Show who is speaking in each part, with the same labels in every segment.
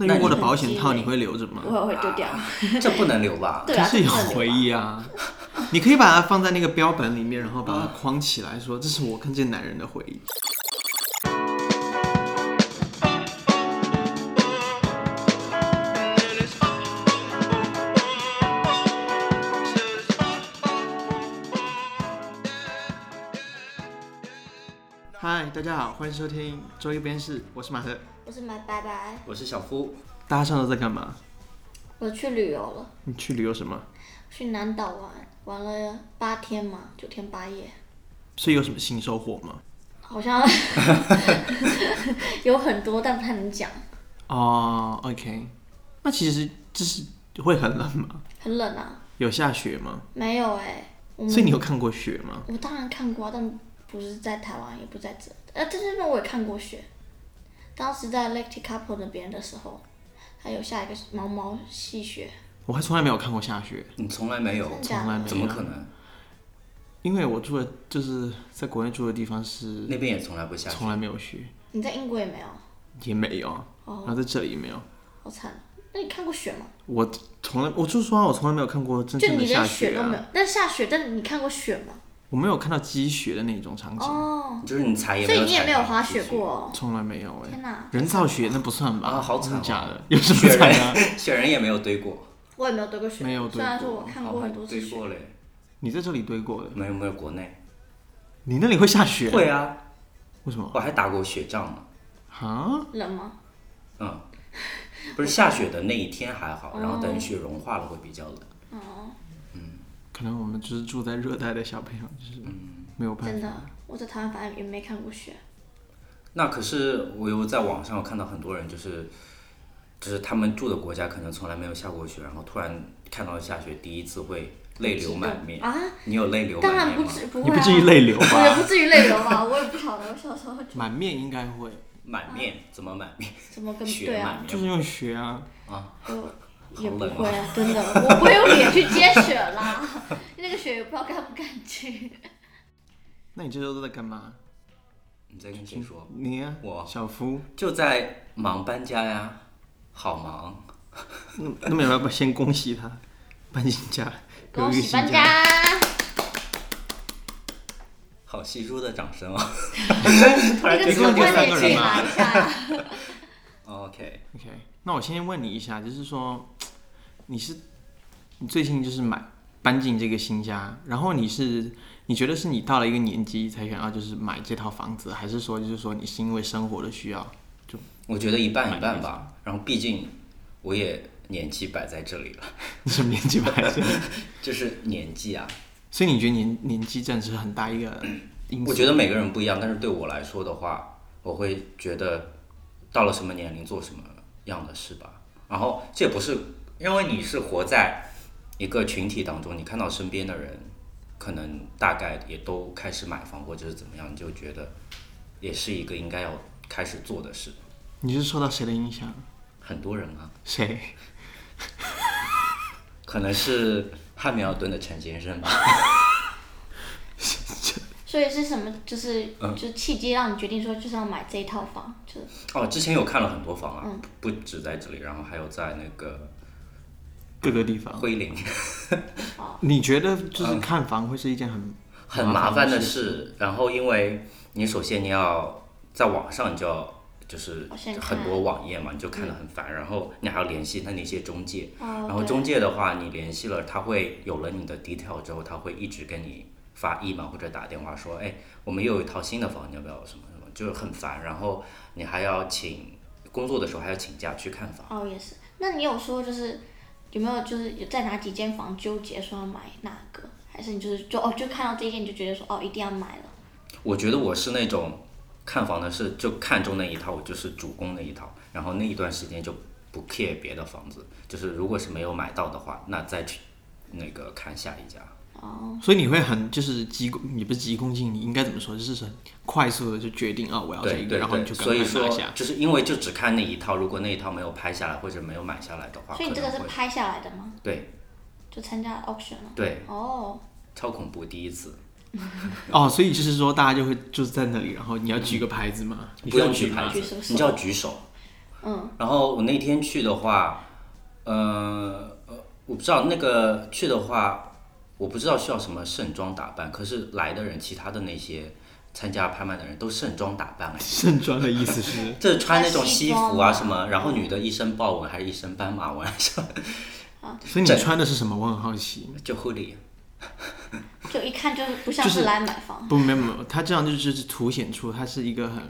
Speaker 1: 那
Speaker 2: 那
Speaker 1: 用
Speaker 2: 你
Speaker 1: 过的保险套你会留着吗？
Speaker 3: 我会丢掉。
Speaker 2: 这不能留吧？
Speaker 3: 对
Speaker 1: 可
Speaker 3: 啊，
Speaker 1: 是有
Speaker 3: 不能留吧
Speaker 1: 回忆啊，你可以把它放在那个标本里面，然后把它框起来说这是我跟这男人的回忆。嗨，大家好，欢迎收听周一边是，我是马特。
Speaker 3: 我是买拜拜，
Speaker 2: 我是小夫，
Speaker 1: 大家上周在干嘛？
Speaker 3: 我去旅游了，
Speaker 1: 你去旅游什么？
Speaker 3: 去南岛玩，玩了八天嘛，九天八夜，
Speaker 1: 所以有什么新收获吗？
Speaker 3: 好 像 有很多，但不太能讲。
Speaker 1: 哦、o k 那其实就是会很冷吗？
Speaker 3: 很冷啊，
Speaker 1: 有下雪吗？
Speaker 3: 没有哎、我
Speaker 1: 所以
Speaker 3: 们
Speaker 1: 你有看过雪吗？
Speaker 3: 我当然看过啊，但不是在台湾，也不在这，呃，在这边我也看过雪。当时在 Lake Tekapo 那边的时候，还有下一个毛毛细雪，
Speaker 1: 我还从来没有看过下雪，
Speaker 2: 你从来没有，
Speaker 3: 真的假
Speaker 1: 从来
Speaker 3: 的？
Speaker 1: 没有。
Speaker 2: 怎么可？能？
Speaker 1: 因为我住的就是在国内住的地方是
Speaker 2: 那边也从来不下雪
Speaker 1: 从。来没有雪，
Speaker 3: 你在英国也没有，
Speaker 1: 也没有，
Speaker 3: 哦
Speaker 1: 然后在这里也没有。
Speaker 3: 好惨。那你看过雪吗？
Speaker 1: 我从来，我就说啊我从来没有看过真
Speaker 3: 就
Speaker 1: 正的
Speaker 3: 你
Speaker 1: 下
Speaker 3: 连雪都没
Speaker 1: 啊，
Speaker 3: 有，但下雪，但你看过雪吗？
Speaker 1: 我没有看到积雪的那种场景，
Speaker 3: 哦，
Speaker 2: 就是你踩也
Speaker 3: 所
Speaker 2: 没
Speaker 3: 以
Speaker 2: 有，
Speaker 3: 你也没有滑雪。过哦。
Speaker 1: 从来没有哎、
Speaker 3: 天哪，
Speaker 1: 人造雪那不算吧？
Speaker 2: 啊好惨哦
Speaker 1: 真的假的？有什
Speaker 2: 雪
Speaker 1: 么惨啊？
Speaker 2: 人，雪人也没有堆过，
Speaker 3: 我也没有堆过雪，
Speaker 1: 没有堆
Speaker 3: 虽然说
Speaker 1: 过
Speaker 3: 我看过很多次
Speaker 2: 堆
Speaker 3: 雪，
Speaker 2: 过嘞。
Speaker 1: 你在这里堆过的，
Speaker 2: 没有没有，国内
Speaker 1: 你那里会下雪？
Speaker 2: 会啊，
Speaker 1: 为什么？
Speaker 2: 我还打过雪仗呢。
Speaker 1: 啊？
Speaker 3: 冷吗？
Speaker 2: 嗯，不是下雪的那一天还好，
Speaker 3: 哦
Speaker 2: 然后等雪融化了会比较冷。
Speaker 3: 哦，
Speaker 1: 可能我们就是住在热带的小朋友，就是没有办
Speaker 3: 真
Speaker 1: 法。
Speaker 3: 的，我在台湾反正也没看过雪。
Speaker 2: 那可是我又在网上有看到很多人就是，就是他们住的国家可能从来没有下过雪，然后突然看到下雪，第一次会泪流满面。
Speaker 3: 啊！
Speaker 2: 你有泪流满
Speaker 3: 当
Speaker 2: 面吗？
Speaker 3: 然 不至不
Speaker 1: 你
Speaker 3: 会
Speaker 1: 不
Speaker 3: 啊，
Speaker 1: 至于泪流
Speaker 3: 我也
Speaker 1: 吧？
Speaker 3: 不至于泪流吧？我也不晓得，我小时候 就
Speaker 1: 满面应该会，
Speaker 2: 满面怎么满面？
Speaker 3: 怎么 跟
Speaker 2: 雪
Speaker 3: 对
Speaker 2: 满
Speaker 3: 啊，
Speaker 2: 面
Speaker 1: 就是用雪啊。
Speaker 3: 我也
Speaker 2: 好
Speaker 3: 不
Speaker 2: 冷啊
Speaker 3: 会啊，真的，我不会用脸去接雪啦，那个雪也不知道干不干净。
Speaker 1: 那你这周都在干嘛？
Speaker 2: 你在跟谁说？
Speaker 1: 你啊，
Speaker 2: 我
Speaker 1: 小夫，
Speaker 2: 就在忙搬家呀，好忙。
Speaker 1: 那那么要不要先恭喜他搬新家，有
Speaker 3: 恭
Speaker 1: 一个
Speaker 3: 喜
Speaker 1: 新
Speaker 3: 搬。家！
Speaker 2: 好稀疏的掌声哦！突
Speaker 3: 那
Speaker 2: 然
Speaker 3: 个
Speaker 2: 间
Speaker 3: 指
Speaker 1: 就
Speaker 3: 挥
Speaker 1: 是两
Speaker 3: 得
Speaker 1: 个
Speaker 3: 去
Speaker 1: 人嘛
Speaker 3: 拿一下呀。
Speaker 2: OK，
Speaker 1: OK，那我先问你一下，就是说，你是你最近就是买搬进这个新家，然后你是你觉得是你到了一个年纪才想要就是买这套房子，还是说就是说你是因为生活的需要？
Speaker 2: 我觉得一半一半吧。然后毕竟我也年纪摆在这里了，
Speaker 1: 你什么年纪买的？
Speaker 2: 就是年纪啊，
Speaker 1: 所以你觉得年年纪占是很大一 个因素？
Speaker 2: 我觉得每个人不一样，但是对我来说的话，我会觉得到了什么年龄做什么样的事吧。然后这也不是因为你是活在一个群体当中，你看到身边的人可能大概也都开始买房或者是怎么样，你就觉得也是一个应该要开始做的事。
Speaker 1: 你是受到谁的影响？
Speaker 2: 很多人啊，
Speaker 1: 谁？
Speaker 2: 可能是汉密尔顿的陈先生吧，
Speaker 3: 所以是什么？就是
Speaker 2: 嗯
Speaker 3: 就是契机让你决定说就是要买这一套房，就是
Speaker 2: 哦，之前有看了很多房
Speaker 1: 嗯
Speaker 2: 啊，不止在这里，然后还有在那个
Speaker 1: 各个地方？
Speaker 2: 灰林。哦
Speaker 1: 你觉得就是看房会是一件很
Speaker 2: 很麻烦的事。然后因为你首先你要在网上你就要就是
Speaker 3: 我先看嗯
Speaker 2: 很多网页嘛，你就看得很烦，然后你还要联系他那些中介，
Speaker 3: 哦
Speaker 2: 然后
Speaker 3: 对
Speaker 2: 中介的话你联系了，他会有了你的 detail 之后，他会一直跟你发 email 或者打电话说，哎，我们又有一套新的房，你要不要什么什么，就是很烦。然后你还要请工作的时候还要请假去看房。
Speaker 3: 哦也是。那你有说就是有没有就是有在哪几间房纠结说要买哪个，还是你就是就哦就看到这一间你就觉得说哦一定要买了？
Speaker 2: 我觉得我是那种看房的是就看中那一套，我就是主攻那一套，然后那一段时间就不 care 别的房子，就是如果是没有买到的话，那再去那个看下一家。
Speaker 3: 哦，
Speaker 1: 所以你会很就是急功，你不是急功近利，应该怎么说？就是很快速的就决定啊，我要这
Speaker 2: 对
Speaker 1: 一个，
Speaker 2: 对
Speaker 1: 然后你就
Speaker 2: 对，
Speaker 1: 赶
Speaker 2: 所
Speaker 1: 快
Speaker 2: 以
Speaker 1: 拿
Speaker 2: 说
Speaker 1: 下。
Speaker 2: 就是因为就只看那一套，如果那一套没有拍下来或者没有买下来的话，
Speaker 3: 所以你这个
Speaker 2: 啊
Speaker 3: 是
Speaker 2: 可能会
Speaker 3: 拍下来的吗？
Speaker 2: 对
Speaker 3: 就参加 auction 了？
Speaker 2: 对
Speaker 3: 哦，
Speaker 2: 超恐怖第一次，
Speaker 1: 哦，所以就是说大家就会就是在那里，然后你要举个牌子嘛，你
Speaker 2: 嗯不用
Speaker 1: 需要
Speaker 2: 举
Speaker 1: 吗
Speaker 2: 牌子
Speaker 3: 举什么，手
Speaker 2: 你只要举手，
Speaker 3: 嗯，
Speaker 2: 然后我那天去的话，呃，呃我不知道那个去的话，我不知道需要什么盛装打扮，可是来的人，其他的那些参加拍卖的人都盛装打扮了。
Speaker 1: 盛装的意思 是
Speaker 2: 这穿那种西服啊
Speaker 3: 嗯穿西
Speaker 2: 什
Speaker 3: 装嘛
Speaker 2: 么，然后女的一身豹纹还是一身斑马纹，啊什么
Speaker 1: 所以你穿的是什么？我很好奇。
Speaker 2: 就 hoodie，
Speaker 3: 就一看就不像
Speaker 1: 就是
Speaker 3: 是来买房。
Speaker 1: 不，没有没有，他这样就就是凸显出他是一个
Speaker 2: 哎
Speaker 1: 很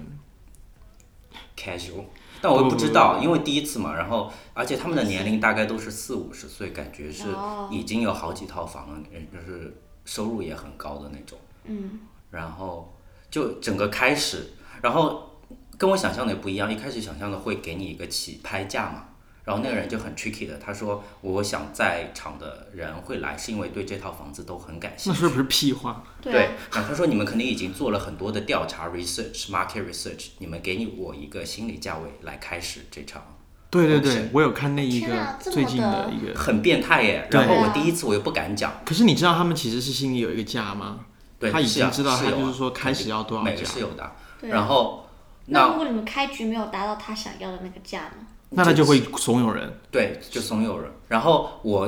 Speaker 2: casual，但我也不知道，因为第一次嘛，然后而且他们的年龄大概都是四五十岁，感觉是
Speaker 3: 哦
Speaker 2: 已经有好几套房了，呃就是收入也很高的那种，
Speaker 3: 嗯，
Speaker 2: 然后就整个开始，然后跟我想象的也不一样，一开始想象的会给你一个起拍价嘛。然后那个人就很 tricky 的，他说：“我想在场的人会来，是因为对这套房子都很感兴
Speaker 1: 那
Speaker 2: 趣。”
Speaker 1: 是不是屁话？
Speaker 3: 对啊，
Speaker 2: 然后他说你们肯定已经做了很多的调查 research market research，你们给你我一个心理价位来开始这场，
Speaker 1: 对对
Speaker 2: 是
Speaker 1: 对，我有看那一
Speaker 3: 天啊
Speaker 1: 个
Speaker 3: 这么
Speaker 1: 最近的
Speaker 3: 的
Speaker 1: 一个，
Speaker 2: 很变态耶。
Speaker 1: 对
Speaker 2: 然后我第一次我又不敢讲，
Speaker 1: 可是你知道他们其实是心里有一个价吗？
Speaker 2: 对，
Speaker 1: 他已
Speaker 2: 是啊
Speaker 1: 经知道
Speaker 2: 是
Speaker 1: 他
Speaker 2: 有啊
Speaker 1: 就是说开始要多少
Speaker 2: 每个
Speaker 1: 价
Speaker 2: 是有的。
Speaker 3: 对啊
Speaker 2: 然后
Speaker 3: 那如
Speaker 2: 那
Speaker 3: 果你们开局没有达到他想要的那个价呢？
Speaker 1: 那他就会怂恿人，
Speaker 2: 对就怂恿人，然后我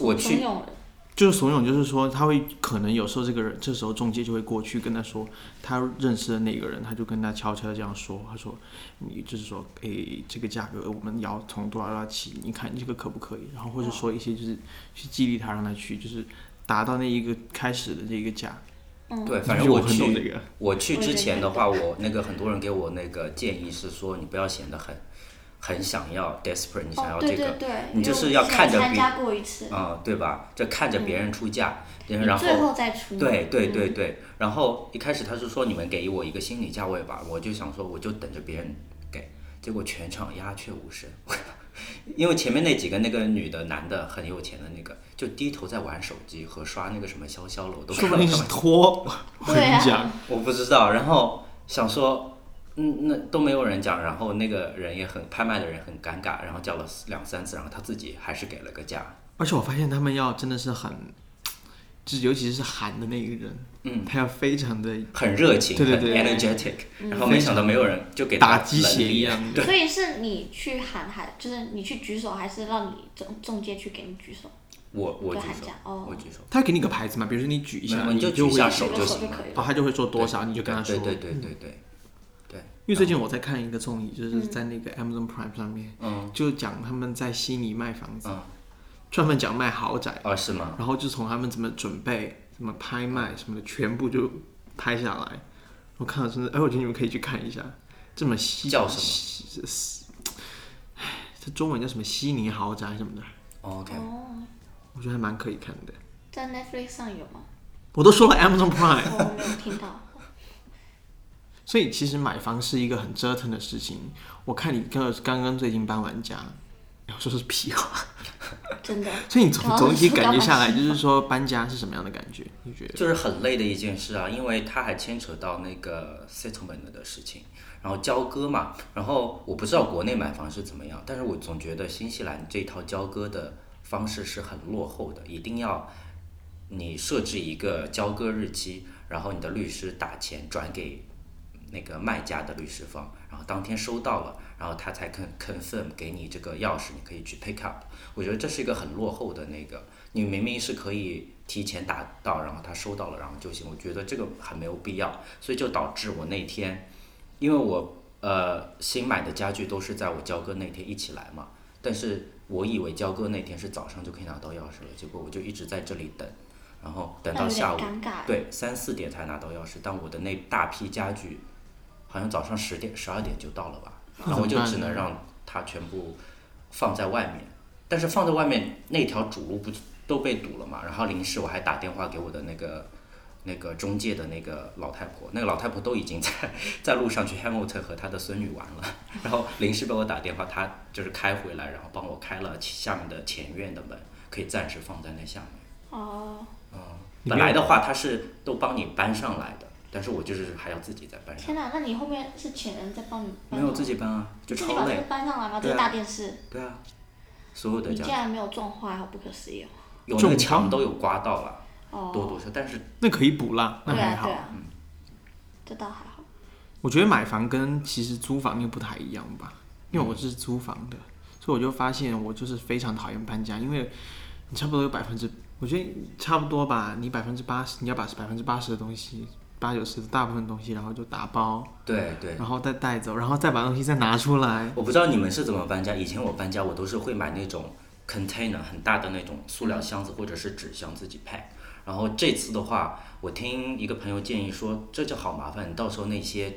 Speaker 2: 我
Speaker 3: 怂
Speaker 2: 去
Speaker 3: 恿人，
Speaker 1: 就是怂恿，就是说他会可能有时候这个人，这时候中介就会过去跟他说，他认识的那个人，他就跟他悄悄地这样说，他说你就是说，诶，哎这个价格我们要从多少多少起，你看你这个可不可以？然后或者
Speaker 3: 嗯
Speaker 1: 说一些就是去激励他，让他去就是达到那一个开始的这个价。
Speaker 2: 对，反正
Speaker 1: 我
Speaker 2: 我
Speaker 1: 很懂
Speaker 2: 去
Speaker 1: 这个，
Speaker 2: 我去之前的话，我那个很多人给我那个建议是说，你不要显得很很想要 desperate，你想
Speaker 3: 哦
Speaker 2: 要，这
Speaker 3: 对
Speaker 2: 个
Speaker 3: 对对，
Speaker 2: 你就
Speaker 3: 因为
Speaker 2: 是
Speaker 3: 我
Speaker 2: 要
Speaker 3: 之前
Speaker 2: 看着
Speaker 3: 参
Speaker 2: 别
Speaker 3: 加过一次，
Speaker 2: 啊、对吧？就看着别人出价，
Speaker 3: 嗯你
Speaker 2: 然
Speaker 3: 最
Speaker 2: 后
Speaker 3: 后再出，
Speaker 2: 对对对对，然后一开始他是说你们给我一个心理价位吧，我就想说我就等着别人给，结果全场鸦雀无声， 因为前面那几个那个女的、男的很有钱的那个，就低头在玩手机和刷那个什么消消乐，我都
Speaker 1: 说
Speaker 2: 看
Speaker 1: 不
Speaker 2: 不
Speaker 1: 定
Speaker 2: 到
Speaker 1: 是
Speaker 2: 他们
Speaker 1: 托。我跟
Speaker 3: 对啊
Speaker 1: 你讲，
Speaker 2: 我不知道，然后想说。嗯，那都没有人讲，然后那个人也很拍卖的人很尴尬，然后叫了两三次，然后他自己还是给了个价，
Speaker 1: 而且我发现他们要真的是很，就是尤其是喊的那个人，
Speaker 2: 嗯，
Speaker 1: 他要非常的
Speaker 2: 很热情，
Speaker 1: 对对对
Speaker 2: 很 energetic，然后没想到没有人就给他
Speaker 1: 打鸡血
Speaker 2: 冷
Speaker 1: 一
Speaker 2: 脸
Speaker 1: 样的。
Speaker 3: 所以是你去喊还，就是你去举手，还是让你中中介去给你举手？
Speaker 2: 我我
Speaker 3: 就
Speaker 2: 举
Speaker 3: 喊
Speaker 2: 手
Speaker 3: 价，哦
Speaker 2: 我举手，
Speaker 1: 他给你个牌子嘛，比如说你举一
Speaker 2: 没
Speaker 1: 下，
Speaker 2: 有
Speaker 1: 你
Speaker 2: 你就
Speaker 1: 就
Speaker 2: 举一
Speaker 1: 会
Speaker 2: 下
Speaker 3: 举
Speaker 2: 手
Speaker 3: 个
Speaker 2: 就
Speaker 3: 手
Speaker 2: 行
Speaker 3: 就
Speaker 2: 了
Speaker 3: 可以。
Speaker 1: 哦，他就会说多少，你就跟他说。
Speaker 2: 对嗯对对对对对，
Speaker 1: 因为最近我在看一个综艺，就是在那个 Amazon Prime 上面，
Speaker 2: 嗯
Speaker 1: 就讲他们在悉尼卖房子，
Speaker 2: 嗯，
Speaker 1: 专门讲卖豪宅，
Speaker 2: 哦是吗？
Speaker 1: 然后就从他们怎么准备、怎么拍卖什么的，全部就拍下来。我看了真的，哎，我觉得你们可以去看一下，这么稀
Speaker 2: 叫什么
Speaker 1: 稀唉这中文叫什么悉尼豪宅什么的，
Speaker 2: 哦 OK，
Speaker 3: 哦，
Speaker 1: 我觉得还蛮可以看的。
Speaker 3: 在 Netflix 上有 吗？哦
Speaker 1: 我都说了 Amazon Prime，
Speaker 3: 我没有听到。
Speaker 1: 所以其实买房是一个很折腾的事情。我看你刚刚刚最近搬完家，然后说是屁话，
Speaker 3: 真的，
Speaker 1: 所以你总
Speaker 3: 刚刚
Speaker 1: 总体
Speaker 3: 说
Speaker 1: 感
Speaker 3: 刚
Speaker 1: 觉
Speaker 3: 哦搬
Speaker 1: 下来，就
Speaker 3: 新
Speaker 1: 是说搬家是什么样的感觉？你觉得？
Speaker 2: 就是很累的一件事啊，因为它还牵扯到那个 settlement 的事情，然后交割嘛，然后我不知道国内买房是怎么样，但是我总觉得新西兰这套交割的方式是很落后的，一定要你设置一个交割日期，然后你的律师打钱转给那个卖家的律师方，然后当天收到了，然后他才肯 confirm 给你这个钥匙，你可以去 pick up。我觉得这是一个很落后的那个，你明明是可以提前达到，然后他收到了，然后就行。我觉得这个很没有必要，所以就导致我那天，因为我呃新买的家具都是在我交割那天一起来嘛，但是我以为交割那天是早上就可以拿到钥匙了，结果我就一直在这里等，然后等
Speaker 3: 那
Speaker 2: 到
Speaker 3: 有点
Speaker 2: 下午
Speaker 3: 尴尬。，
Speaker 2: 对，三四点才拿到钥匙，但我的那大批家具，好像早上十点、十二点就到了吧，然后我就
Speaker 1: 那怎么办呢
Speaker 2: 只能让它全部放在外面。但是放在外面那条主路不都被堵了嘛？然后临时我还打电话给我的那个那个中介的那个老太婆，那个老太婆都已经在在路上去 Hamilton 和她的孙女玩了， 然后临时被我打电话，她就是开回来，然后帮我开了下面的前院的门，可以暂时放在那下面。嗯
Speaker 3: 哦，
Speaker 1: 你
Speaker 2: 本
Speaker 1: 没有
Speaker 2: 来的话，他是都帮你搬上来的，但是我就是还要自己再搬上，
Speaker 3: 天哪，那你后面是请人在帮你搬
Speaker 2: 没
Speaker 3: 吗？
Speaker 2: 有自己搬啊，就
Speaker 3: 哦自己把
Speaker 2: 超
Speaker 3: 这个
Speaker 2: 累。
Speaker 3: 搬上来吗？
Speaker 2: 对
Speaker 3: 这
Speaker 2: 啊
Speaker 3: 个大电视，
Speaker 2: 对啊，所有的
Speaker 3: 你
Speaker 2: 家
Speaker 3: 竟然没有撞坏，好不可思议哦。
Speaker 2: 有那
Speaker 1: 重
Speaker 2: 个
Speaker 1: 仓
Speaker 2: 墙都有刮到了，多
Speaker 3: 哦，
Speaker 2: 多少，但是
Speaker 1: 那可以补啦，那
Speaker 3: 对
Speaker 1: 还
Speaker 3: 啊
Speaker 1: 好
Speaker 3: 对。啊，这倒还好。
Speaker 1: 我觉得买房跟其实租房又不太一样吧。因为
Speaker 2: 嗯
Speaker 1: 我是租房的，所以我就发现我就是非常讨厌搬家，因为你差不多有百分之，我觉得差不多吧，你百分之八十，你要把百分之八十的东西，八九十的大部分东西，然后就打包，
Speaker 2: 对对，
Speaker 1: 然后再带走，然后再把东西再拿出 来，
Speaker 2: 我不知道你们是怎么搬家。以前我搬家，我都是会买那种 container 很大的那种塑料箱子或者是纸箱自己 pack。然后这次的话，我听一个朋友建议说，这就好麻烦，你到时候那些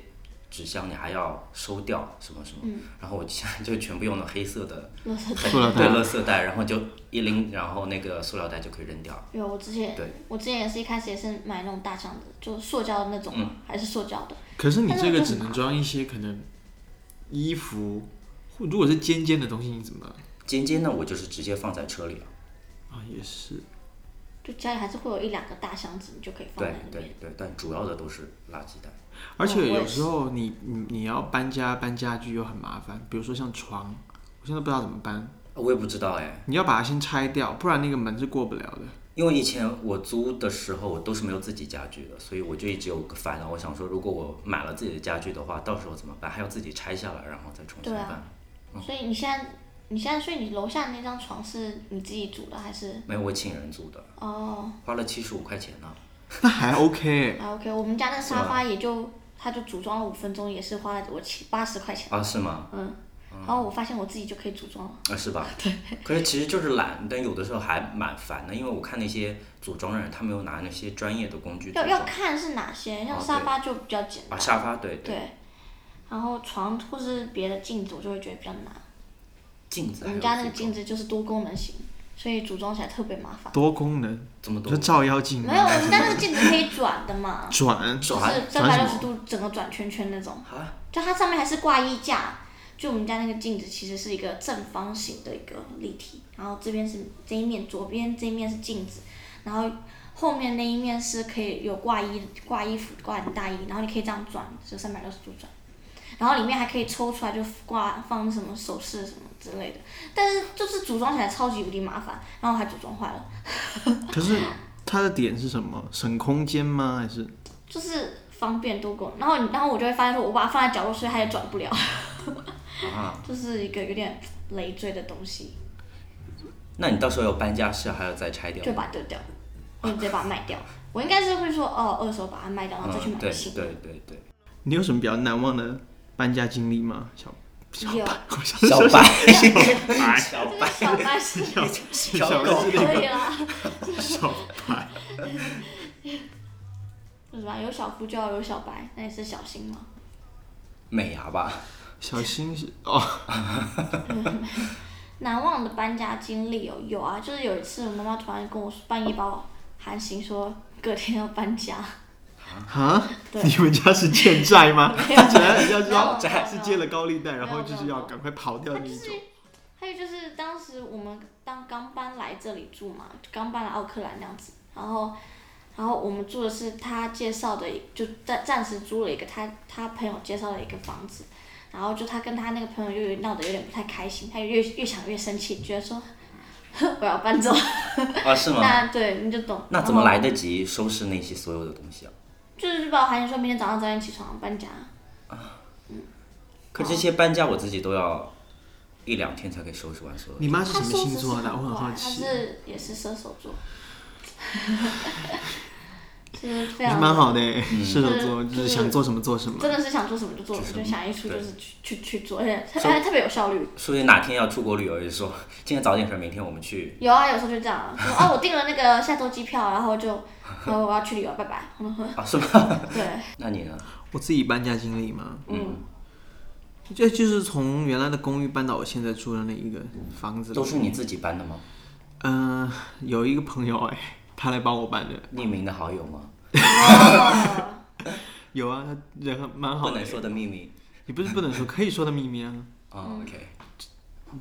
Speaker 2: 纸箱你还要收掉什么什么。然后我现在 就全部用了黑色的
Speaker 3: 垃圾
Speaker 1: 塑料
Speaker 2: 对
Speaker 1: 袋，
Speaker 2: 垃圾袋，然后就一拎，然后那个塑料袋就可以扔掉。
Speaker 3: 有，我之前
Speaker 2: 对
Speaker 3: 我之前也是一开始也是买那种大箱子，就塑胶的那种嘛，
Speaker 2: 嗯
Speaker 3: 还是塑胶的。
Speaker 1: 可是你这个只能装一些可能衣服，或如果是尖尖的东西，你怎么
Speaker 2: 尖尖的我就是直接放在车里了。
Speaker 1: 啊？也是，
Speaker 3: 就家里还是会有一两个大箱子，你就可以放
Speaker 2: 对
Speaker 3: 在里
Speaker 2: 对
Speaker 3: 面。
Speaker 2: 对，但主要的都是垃圾袋。
Speaker 1: 而
Speaker 3: 我
Speaker 1: 且
Speaker 3: 也
Speaker 1: 有时候你你你要搬家搬家具又很麻烦，比如说像床，我现在不知道怎么搬，
Speaker 2: 我也不知道哎，
Speaker 1: 你要把它先拆掉，不然那个门是过不了的。
Speaker 2: 因为以前我租的时候，我都是没有自己家具的，所以我就一直有个烦恼。我想说，如果我买了自己的家具的话，到时候怎么办？还要自己拆下来，然后再重新
Speaker 3: 对啊
Speaker 2: 搬。嗯
Speaker 3: 所以你现在，你现在，所以你楼下那张床是你自己煮的还是？
Speaker 2: 没有，我请人租的，
Speaker 3: 哦，
Speaker 2: 花了七十五块钱呢。
Speaker 1: 那还 OK，
Speaker 3: 啊 OK，我们家那个沙发也就，它就组装了五分钟，也是花了我七八十块钱。
Speaker 2: 啊，是吗？
Speaker 3: 嗯，然后我发现我自己就可以组装了。
Speaker 2: 啊，是吧？对。可是其实就是懒，但有的时候还蛮烦的，因为我看那些组装的人，他们有拿那些专业的工具组
Speaker 3: 要
Speaker 2: 装。
Speaker 3: 要看是哪些，像
Speaker 2: 哦
Speaker 3: 沙
Speaker 2: 对
Speaker 3: 发就比较简
Speaker 2: 啊，
Speaker 3: 单，
Speaker 2: 沙发对
Speaker 3: 对，然后床或是别的镜子，我就会觉得比较难。
Speaker 2: 镜子
Speaker 3: 我
Speaker 2: 还有组
Speaker 3: 们家
Speaker 2: 装。
Speaker 3: 那个镜子就是多功能型，所以组装起来特别麻烦。
Speaker 1: 多功能，
Speaker 2: 这么多
Speaker 1: 就照妖
Speaker 2: 嗯
Speaker 1: 镜
Speaker 3: 没有，我们家 那个镜子可以转的嘛，
Speaker 1: 转
Speaker 3: 就
Speaker 2: 转
Speaker 3: 是三
Speaker 1: 转什
Speaker 3: 百六
Speaker 1: 么
Speaker 3: 十度整个转圈圈那种。
Speaker 2: 啊，
Speaker 3: 就它上面还是挂衣架，就我们家那个镜子其实是一个正方形的一个立体，然后这边是这一面，左边这一面是镜子，然后后面那一面是可以有挂衣挂衣服挂你大衣，然后你可以这样转，就三百六十度转。然后里面还可以抽出来，就挂放什么首饰什么之类的，但是就是组装起来超级无敌麻烦，然后我还组装坏了，
Speaker 1: 可是它的点是什么？省空间吗？还是
Speaker 3: 就是方便多功能。然后你，然后我就会发现说，我把它放在角落，所以它也转不了，
Speaker 2: 啊，
Speaker 3: 就是一个有点累赘的东西。
Speaker 2: 那你到时候要搬家是还要再拆掉
Speaker 3: 就？把它丢掉，或者直接把它卖掉。我应该是会说哦，二手把它卖掉，然后再去
Speaker 2: 嗯，
Speaker 3: 买
Speaker 2: 对
Speaker 3: 个新的。
Speaker 2: 对对对。
Speaker 1: 你有什么比较难忘的搬家经历吗？小
Speaker 3: 有，
Speaker 2: 小白，小
Speaker 3: 这个
Speaker 2: 白，
Speaker 3: 小白是
Speaker 2: 小狗
Speaker 3: 可以啊啦，
Speaker 1: 小白，
Speaker 3: 是吧？有小夫就要有小白，那也是小新嘛。
Speaker 2: 美牙吧？
Speaker 1: 小新是哦，
Speaker 3: 难忘的搬家经历有有啊，就是有一次我妈妈突然跟我说，半夜把我喊醒说隔天要搬家，
Speaker 1: 哈，
Speaker 3: 对
Speaker 1: 你们家是欠债吗？
Speaker 3: 没有
Speaker 1: 他觉得人家是
Speaker 3: 没
Speaker 1: 要
Speaker 3: 有债
Speaker 1: 是借了高利贷，
Speaker 3: 没有
Speaker 1: 然后就是
Speaker 3: 没有
Speaker 1: 要赶快跑掉
Speaker 3: 他
Speaker 1: 那
Speaker 3: 就是
Speaker 1: 种。，
Speaker 3: 还有就是当时我们当刚搬来这里住嘛，刚搬来奥克兰那样子，然后，然后我们住的是他介绍的一，就暂暂时租了一个他他朋友介绍的一个房子，然后就他跟他那个朋友又闹得有点不太开心，他越越想越生气，觉得说我要搬走，
Speaker 2: 啊，是吗？
Speaker 3: 那对你就懂。
Speaker 2: 那怎么？来得及收拾那些所有的东西啊？
Speaker 3: 就是把我喊醒说明天早上早点起床搬家，
Speaker 2: 可这些搬家我自己都要一两天才可以收拾完所有的。
Speaker 1: 你妈是
Speaker 3: 他
Speaker 1: 什么
Speaker 3: 收
Speaker 1: 星
Speaker 3: 拾是
Speaker 1: 座
Speaker 3: 很
Speaker 1: 的？我很
Speaker 3: 快，
Speaker 1: 好
Speaker 3: 他
Speaker 1: 奇。
Speaker 3: 是也是射手座， 就是非
Speaker 1: 我觉
Speaker 3: 常
Speaker 1: 得蛮好的欸，
Speaker 2: 嗯
Speaker 1: 射手
Speaker 3: 就是
Speaker 1: 座就
Speaker 3: 就是是
Speaker 1: 想做什么做什么
Speaker 3: 真。的是想做什么就做什么，
Speaker 2: 做什么
Speaker 3: 就想一出就
Speaker 2: 对
Speaker 3: 是去去去做，而且特
Speaker 2: 所以
Speaker 3: 哎特别有效率。
Speaker 2: 说不定哪天要出国旅游，就说今天早点睡，明天我们 去。
Speaker 3: 有啊，有时候就这样啊，说哦，我订了那个下周机票，然后就，然后我要去旅游，拜 拜。
Speaker 2: 啊，是吗？
Speaker 3: 对，
Speaker 2: 那你呢？
Speaker 1: 我自己搬家经历嘛，
Speaker 3: 嗯，
Speaker 1: 这就是从原来的公寓搬到我现在住的那一个房子。
Speaker 2: 都是你自己搬的吗？
Speaker 1: 嗯、有一个朋友哎、他来帮我搬的。
Speaker 2: 匿名的好友吗？
Speaker 3: 哦，
Speaker 1: 有啊，他人很蛮
Speaker 2: 不
Speaker 1: 好的
Speaker 2: 能。说的秘密。
Speaker 1: 你不是不能说，可以说的秘密啊。
Speaker 2: 啊、o k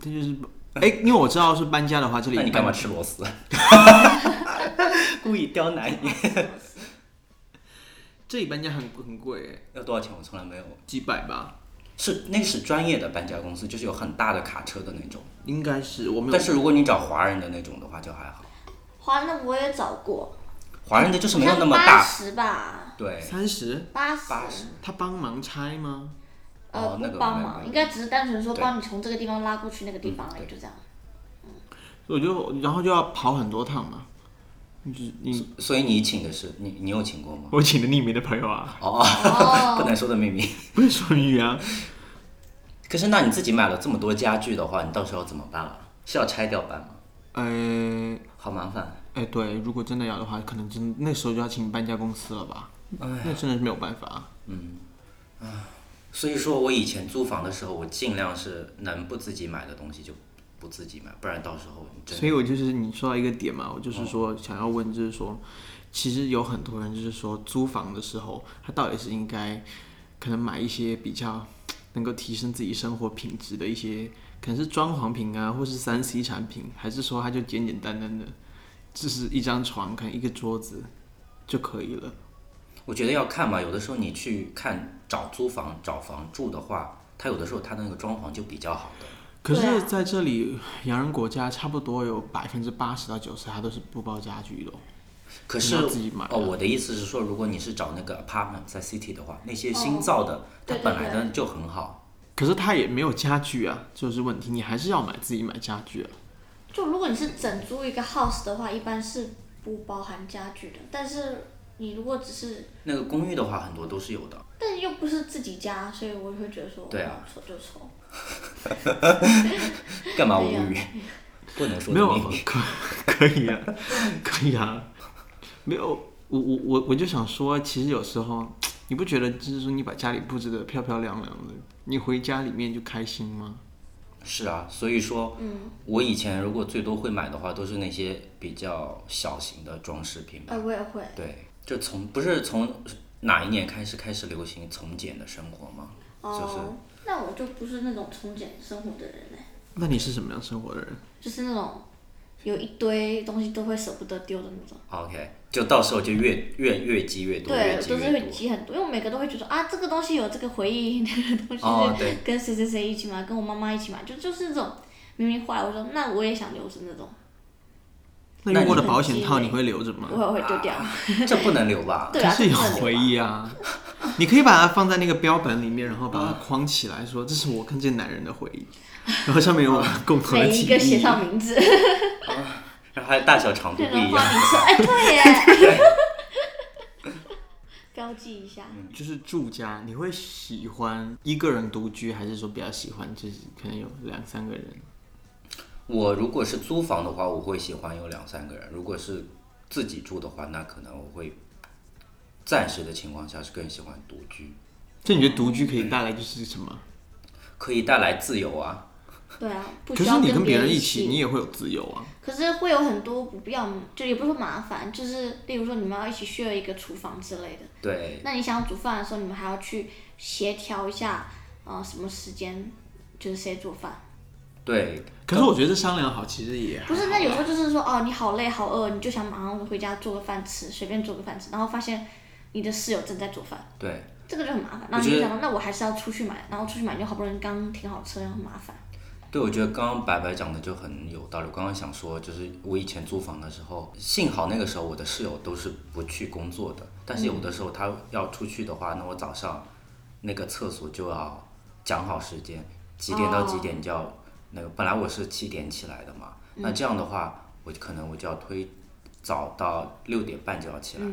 Speaker 1: 他就是，哎、因为我知道是搬家的话，这里
Speaker 2: 嗯那你干嘛吃螺丝？ 故意刁难你？
Speaker 3: 呃
Speaker 1: 这里搬家很很贵、欸，
Speaker 2: 要多少钱？我从来没有。
Speaker 1: 几百吧，
Speaker 2: 是，那是专业的搬家公司，就是有很大的卡车的那种。
Speaker 1: 应该是我没有
Speaker 2: 但。是如果你找华人的那种的话，就还好。
Speaker 3: 华那我也找过，
Speaker 2: 华人的就是没有那么
Speaker 3: 八
Speaker 2: 大，
Speaker 3: 十吧，
Speaker 2: 对，
Speaker 1: 三十，
Speaker 3: 八
Speaker 2: 八十
Speaker 3: 十，
Speaker 1: 他帮忙拆吗？
Speaker 3: 呃，
Speaker 2: 哦那个
Speaker 3: 不帮
Speaker 2: 没有
Speaker 3: 忙，
Speaker 2: 没有
Speaker 3: 应该只是单纯说
Speaker 2: 对
Speaker 3: 帮你从这个地方拉过去那个地方而已，
Speaker 2: 对
Speaker 3: 就这样。
Speaker 1: 我就然后就要跑很多趟嘛。你就是你，
Speaker 2: 所以你请的是你，你有请过吗？
Speaker 1: 我请的匿名的朋友啊，
Speaker 2: 哦，不
Speaker 3: 哦，
Speaker 2: 能说的秘密。
Speaker 1: 不是说语啊，
Speaker 2: 可是那你自己买了这么多家具的话，你到时候怎么办啊？是要拆掉搬吗？
Speaker 1: 呃，
Speaker 2: 好麻烦。
Speaker 1: 哎，对，如果真的要的话，可能真那时候就要请搬家公司了吧？
Speaker 2: 哎
Speaker 1: 那真的是没有办法。
Speaker 2: 所以说我以前租房的时候，我尽量是能不自己买的东西就不自己买，不然到时候你真
Speaker 1: 所以我就是你说到一个点嘛，我
Speaker 2: 哦
Speaker 1: 就是说想要问，就是说，其实有很多人就是说租房的时候，他到底是应该可能买一些比较能够提升自己生活品质的一些，可能是装潢品啊，或是三 C 产品，还是说他就简简单单的，就是一张床，可能一个桌子就可以了。
Speaker 2: 我觉得要看嘛，有的时候你去看找租房、找房住的话，它有的时候它的那个装潢就比较好的。
Speaker 1: 可
Speaker 3: 对
Speaker 1: 是
Speaker 3: 啊
Speaker 1: 在这里，洋人国家差不多有百分之八十到九十，它都是不包家具的哦、
Speaker 2: 可是
Speaker 1: 你要自己买啊
Speaker 2: 哦，我的意思是说，如果你是找那个 apartment 在 city 的话，那些新造的、它
Speaker 3: 哦对对
Speaker 2: 本来的就很好。
Speaker 1: 可是它也没有家具啊，就是问题，你还是要买自己买家具啊。
Speaker 3: 就如果你是整租一个 house 的话，一般是不包含家具的。但是你如果只是，
Speaker 2: 那个公寓的话，很多都是有的。
Speaker 3: 但又不是自己家，所以我会觉得说，
Speaker 2: 对啊，
Speaker 3: 丑就丑。
Speaker 2: 干嘛无
Speaker 3: 对呀
Speaker 2: 语？ 不能说
Speaker 1: 没
Speaker 2: 的
Speaker 1: 有啊
Speaker 2: 秘密。
Speaker 1: 可可以啊， 可以啊，没有我我我我就想说，其实有时候你不觉得就是说你把家里布置的漂漂亮亮的，你回家里面就开心吗？
Speaker 2: 是啊，所以说，
Speaker 3: 嗯
Speaker 2: 我以前如果最多会买的话，都是那些比较小型的装饰品吧。
Speaker 3: 呃，我也会。
Speaker 2: 对，就从不是从哪一年开始开始流行从简的生活吗？
Speaker 3: 哦，那我就不是那种从简生活的人嘞、
Speaker 1: 那你是什么样生活的人？
Speaker 3: 就是那种有一堆东西都会舍不得丢的那种。
Speaker 2: OK，就到时候就越越越积越多，
Speaker 3: 对
Speaker 2: 越，积
Speaker 3: 都是
Speaker 2: 越
Speaker 3: 会
Speaker 2: 多。
Speaker 3: 积很多，因为我每个都会觉得啊，这个东西有这个回忆，那个东西
Speaker 2: 哦
Speaker 3: 是
Speaker 2: 对
Speaker 3: 跟谁谁谁一起买，跟我妈妈一起买，就就是这种明明坏，我说那我也想留着那种，
Speaker 1: 那
Speaker 2: 那
Speaker 1: 用
Speaker 2: 你
Speaker 1: 过的
Speaker 3: 很
Speaker 1: 保险
Speaker 3: 鸡
Speaker 1: 套
Speaker 3: 肋
Speaker 1: 你会留着吗？
Speaker 3: 我也会丢掉。
Speaker 2: 这不能留吧？
Speaker 3: 对
Speaker 1: 可
Speaker 3: 啊，
Speaker 1: 啊是有
Speaker 3: 这不能留吧
Speaker 1: 回忆啊，你可以把它放在那个标本里面，然后把它框起来，说这是我跟这男人的回忆，然后上面有我们共同的
Speaker 3: 每
Speaker 1: 记
Speaker 3: 一个写
Speaker 1: 忆。
Speaker 3: 上名字，
Speaker 2: 然后还有大小
Speaker 1: 啊
Speaker 2: 长度
Speaker 3: 变
Speaker 2: 不
Speaker 3: 成
Speaker 2: 一
Speaker 3: 花
Speaker 2: 样。
Speaker 3: 名册，哎， 对耶， 标记一下。
Speaker 1: 就是住家，你会喜欢一个人独居，还是说比较喜欢就是可能有两三个人？
Speaker 2: 我如果是租房的话，我会喜欢有两三个人；如果是自己住的话，那可能我会暂时的情况下是更喜欢独居，
Speaker 1: 就你觉得独居可以带来就是什么？
Speaker 2: 可以带来自由啊。
Speaker 3: 对啊，不
Speaker 1: 可
Speaker 3: 需
Speaker 1: 是
Speaker 3: 要
Speaker 1: 你跟
Speaker 3: 别
Speaker 1: 别人
Speaker 3: 一
Speaker 1: 一起，你也会有自由啊。
Speaker 3: 可是会有很多不必要，就也不是说麻烦，就是例如说你们要一起 share 一个厨房之类的。
Speaker 2: 对，
Speaker 3: 那你想要煮饭的时候，你们还要去协调一下，呃，什么时间就是谁做饭？
Speaker 2: 对，
Speaker 1: 可是我觉得这商量好其实也还
Speaker 3: 不是，
Speaker 1: 好
Speaker 3: 那有时候就是说，哦，你好累好饿，你就想马上回家做个饭吃，随便做个饭吃，然后发现你的室友正在做饭，
Speaker 2: 对，
Speaker 3: 这个就很麻烦。
Speaker 2: 我
Speaker 3: 然后
Speaker 2: 觉
Speaker 3: 你就
Speaker 2: 得
Speaker 3: 想说，那我还是要出去买，然后出去买又好不容易刚停好车，又很麻烦。
Speaker 2: 对，我觉得刚刚白白讲的就很有道理。我刚刚想说，就是我以前租房的时候，幸好那个时候我的室友都是不去工作的，但是有的时候他要出去的话，那我早上那个厕所就要讲好时间，几点到几点就要、那个。本来我是七点起来的嘛，那这样的话，我可能我就要推早到六点半就要起来，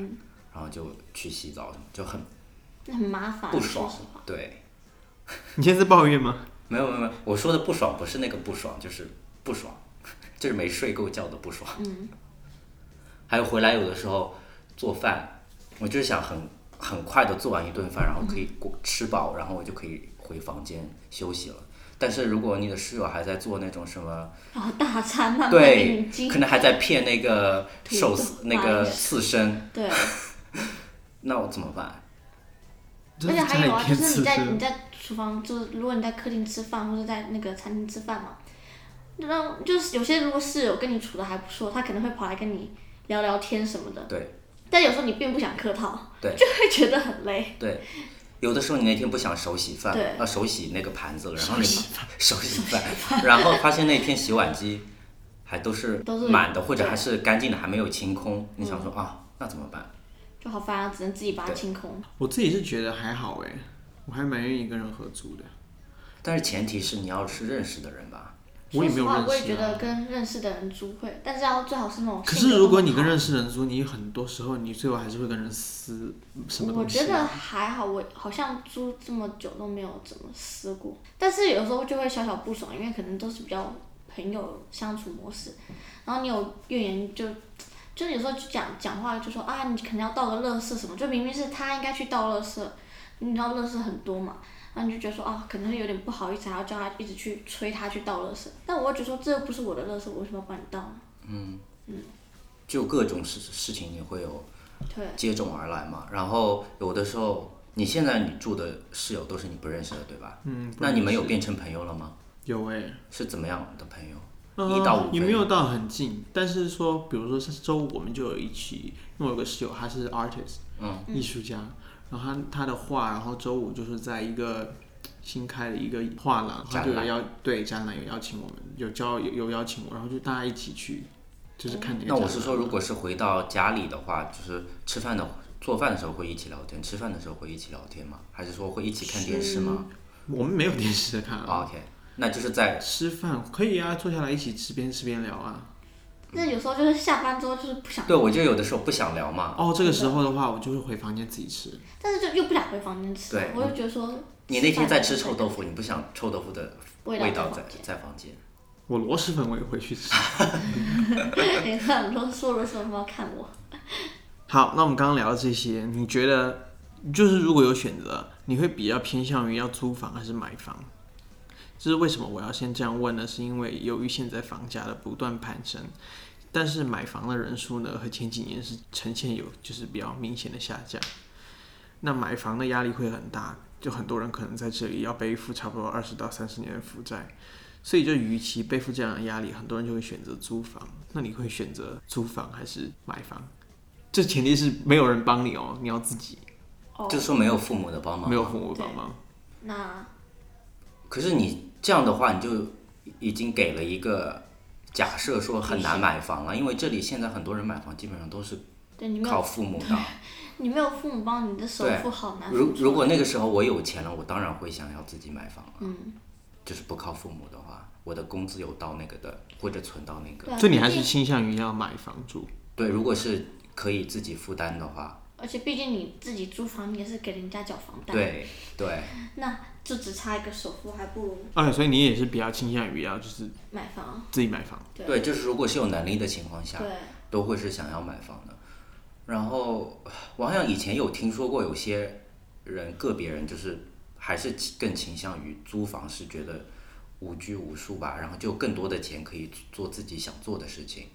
Speaker 2: 然后就去洗澡什么，就很
Speaker 3: 那很麻烦，
Speaker 2: 不
Speaker 3: 说
Speaker 2: 爽
Speaker 3: 实话。。
Speaker 2: 对，
Speaker 1: 你现在在抱怨吗？
Speaker 2: 没有没有，没有，我说的不爽不是那个不爽，就是不爽， 就是没睡够觉的不爽。嗯。还有回来有的时候做饭，我就是想很很快的做完一顿饭，然后可以过吃饱，然后我就可以回房间休息了。但是如果你的室友还在做那种什 么，
Speaker 3: 然后大餐慢慢给
Speaker 2: 对
Speaker 3: 你，进
Speaker 2: 可能还在片那个
Speaker 3: 土豆
Speaker 2: 寿司那个刺身，
Speaker 3: 对，
Speaker 2: 那我怎么办？
Speaker 1: 这
Speaker 3: 而且还有啊，
Speaker 1: 家里
Speaker 3: 就
Speaker 1: 面
Speaker 3: 是
Speaker 1: 吃
Speaker 3: 你在你
Speaker 1: 吃
Speaker 3: 在厨房，就是如果你在客厅吃饭或者在那个餐厅吃饭嘛，那就是有些如果室友跟你处的还不错，他可能会跑来跟你聊聊天什么的。
Speaker 2: 对
Speaker 3: 但有时候你并不想客套，
Speaker 2: 对
Speaker 3: 就会觉得很累。
Speaker 2: 对。有的时候你那天不想手洗饭，
Speaker 3: 对
Speaker 2: 啊手洗那个盘子了，然后你手洗饭，然后发现那天洗碗机还都是
Speaker 3: 都是
Speaker 2: 满的，或者
Speaker 3: 对
Speaker 2: 还是干净的，还没有清空，你想说啊那怎么办？
Speaker 3: 就好烦啊，只能自己把它清空。
Speaker 1: 我自己是觉得还好哎，我还蛮愿意跟人合租的。
Speaker 2: 但是前提是你要是认识的人吧。
Speaker 1: 我
Speaker 3: 说
Speaker 1: 也没
Speaker 3: 实
Speaker 1: 有
Speaker 3: 话，我
Speaker 1: 认
Speaker 3: 也觉
Speaker 1: 识、啊。
Speaker 3: 得跟认识的人租会，但是要最好是那种
Speaker 1: 可
Speaker 3: 哦性格
Speaker 1: 是如果
Speaker 3: 很
Speaker 1: 你跟
Speaker 3: 好
Speaker 1: 认识人租，你很多时候你最后还是会跟人撕什么
Speaker 3: 我
Speaker 1: 东西。啊
Speaker 3: 觉得还好，我好像租这么久都没有怎么撕过，但是有时候就会小小不爽，因为可能都是比较朋友相处模式，然后你有怨言就，就是有时候就讲讲话就说啊，你可能要倒个垃圾什么，就明明是他应该去倒垃圾，你知道垃圾很多嘛，然后你就觉得说啊，可能有点不好意思，还要叫他一直去催他去倒垃圾，但我会觉得说这又不是我的垃圾，我为什么要帮你倒呢？
Speaker 2: 就各种事事情你会有
Speaker 3: 对，
Speaker 1: 嗯
Speaker 2: 接踵而来嘛。然后有的时候，你现在你住的室友都是你不认识的，对吧？
Speaker 1: 嗯，
Speaker 2: 那你们有变成朋友了吗？
Speaker 1: 有哎、
Speaker 2: 是怎么样的朋友？
Speaker 1: 呃
Speaker 2: 一到五
Speaker 1: 也
Speaker 2: 分
Speaker 1: 没有到很近，但是说，比如说上周五我们就有一起，因为我有个室友他是 artist，
Speaker 2: 嗯，
Speaker 1: 艺术家，然后他他的画，然后周五就是在一个新开的一个画廊，他就
Speaker 2: 展
Speaker 1: 有
Speaker 2: 览
Speaker 1: 邀对展览有邀请我们，有邀有有邀请我，然后就大家一起去，就是看那个
Speaker 2: 嗯那
Speaker 1: 展览。
Speaker 2: 我是说，如果是回到家里的话，就是吃饭的、做饭的时候会一起聊天，吃饭的时候会一起聊天吗？还是说会一起看电视吗
Speaker 1: 我们没有电视看啊，
Speaker 2: ？OK，那就是在
Speaker 1: 吃饭可以啊，坐下来一起吃边吃边聊啊。
Speaker 3: 那有时候就是下班之后就是不想，
Speaker 2: 对我就有的时候不想聊嘛。
Speaker 1: 哦，这个时候的话，我就会回房间自己吃。
Speaker 3: 但是就又不想回房间吃，
Speaker 2: 对
Speaker 3: 我就觉得说
Speaker 2: 你那天在吃
Speaker 3: 饭
Speaker 2: 臭豆腐，你不想臭豆腐的
Speaker 3: 味
Speaker 2: 味
Speaker 3: 道
Speaker 2: 道
Speaker 3: 在
Speaker 2: 在在
Speaker 3: 房间
Speaker 2: 房间。
Speaker 1: 我螺蛳粉我也会去吃。
Speaker 3: 你看，啰嗦啰嗦，不要看我。
Speaker 1: 好，那我们刚刚聊的这些，你觉得就是如果有选择，你会比较偏向于要租房还是买房？这是为什么我要先这样问呢？是因为由于现在房价的不断攀升，但是买房的人数呢和前几年是呈现有就是比较明显的下降，那买房的压力会很大，就很多人可能在这里要背负差不多二十到三十年的负债，所以就与其背负这样的压力，很多人就会选择租房。那你会选择租房还是买房？这前提是没有人帮你哦，你要自己，
Speaker 3: 哦，
Speaker 2: 就说没有父母的帮忙，
Speaker 1: 没有父母帮忙。
Speaker 3: 那
Speaker 2: 可是你这样的话，你就已经给了一个假设，说很难买房了，因为这里现在很多人买房基本上都是
Speaker 3: 对你没
Speaker 2: 靠
Speaker 3: 有
Speaker 2: 父母的。
Speaker 3: 你没有父母帮你的首
Speaker 2: 对
Speaker 3: 付好难付
Speaker 2: 如
Speaker 3: 出
Speaker 2: 如果那个时候我有钱了，我当然会想要自己买房了。
Speaker 3: 嗯，
Speaker 2: 就是不靠父母的话，我的工资有到那个的，或者存到那个。
Speaker 3: 对啊，
Speaker 1: 所以你还
Speaker 3: 毕
Speaker 1: 是
Speaker 3: 竟
Speaker 1: 倾向于要买房住。
Speaker 2: 对，如果是可以自己负担的话，
Speaker 3: 而且毕竟你自己租房你也是给人家缴房贷，
Speaker 2: 对对，
Speaker 3: 那就只差一个首付，还不如
Speaker 1: 哎，所以你也是比较倾向于要就是
Speaker 3: 买房。
Speaker 1: 自己买房。
Speaker 3: 对
Speaker 2: 对，就是如果是有能力的情况下，
Speaker 3: 对，
Speaker 2: 都会是想要买房的。然后我好像以前有听说过，有些人个别人就是还是更倾向于租房，是觉得无拘无束吧，然后就更多的钱可以做自己想做的事情。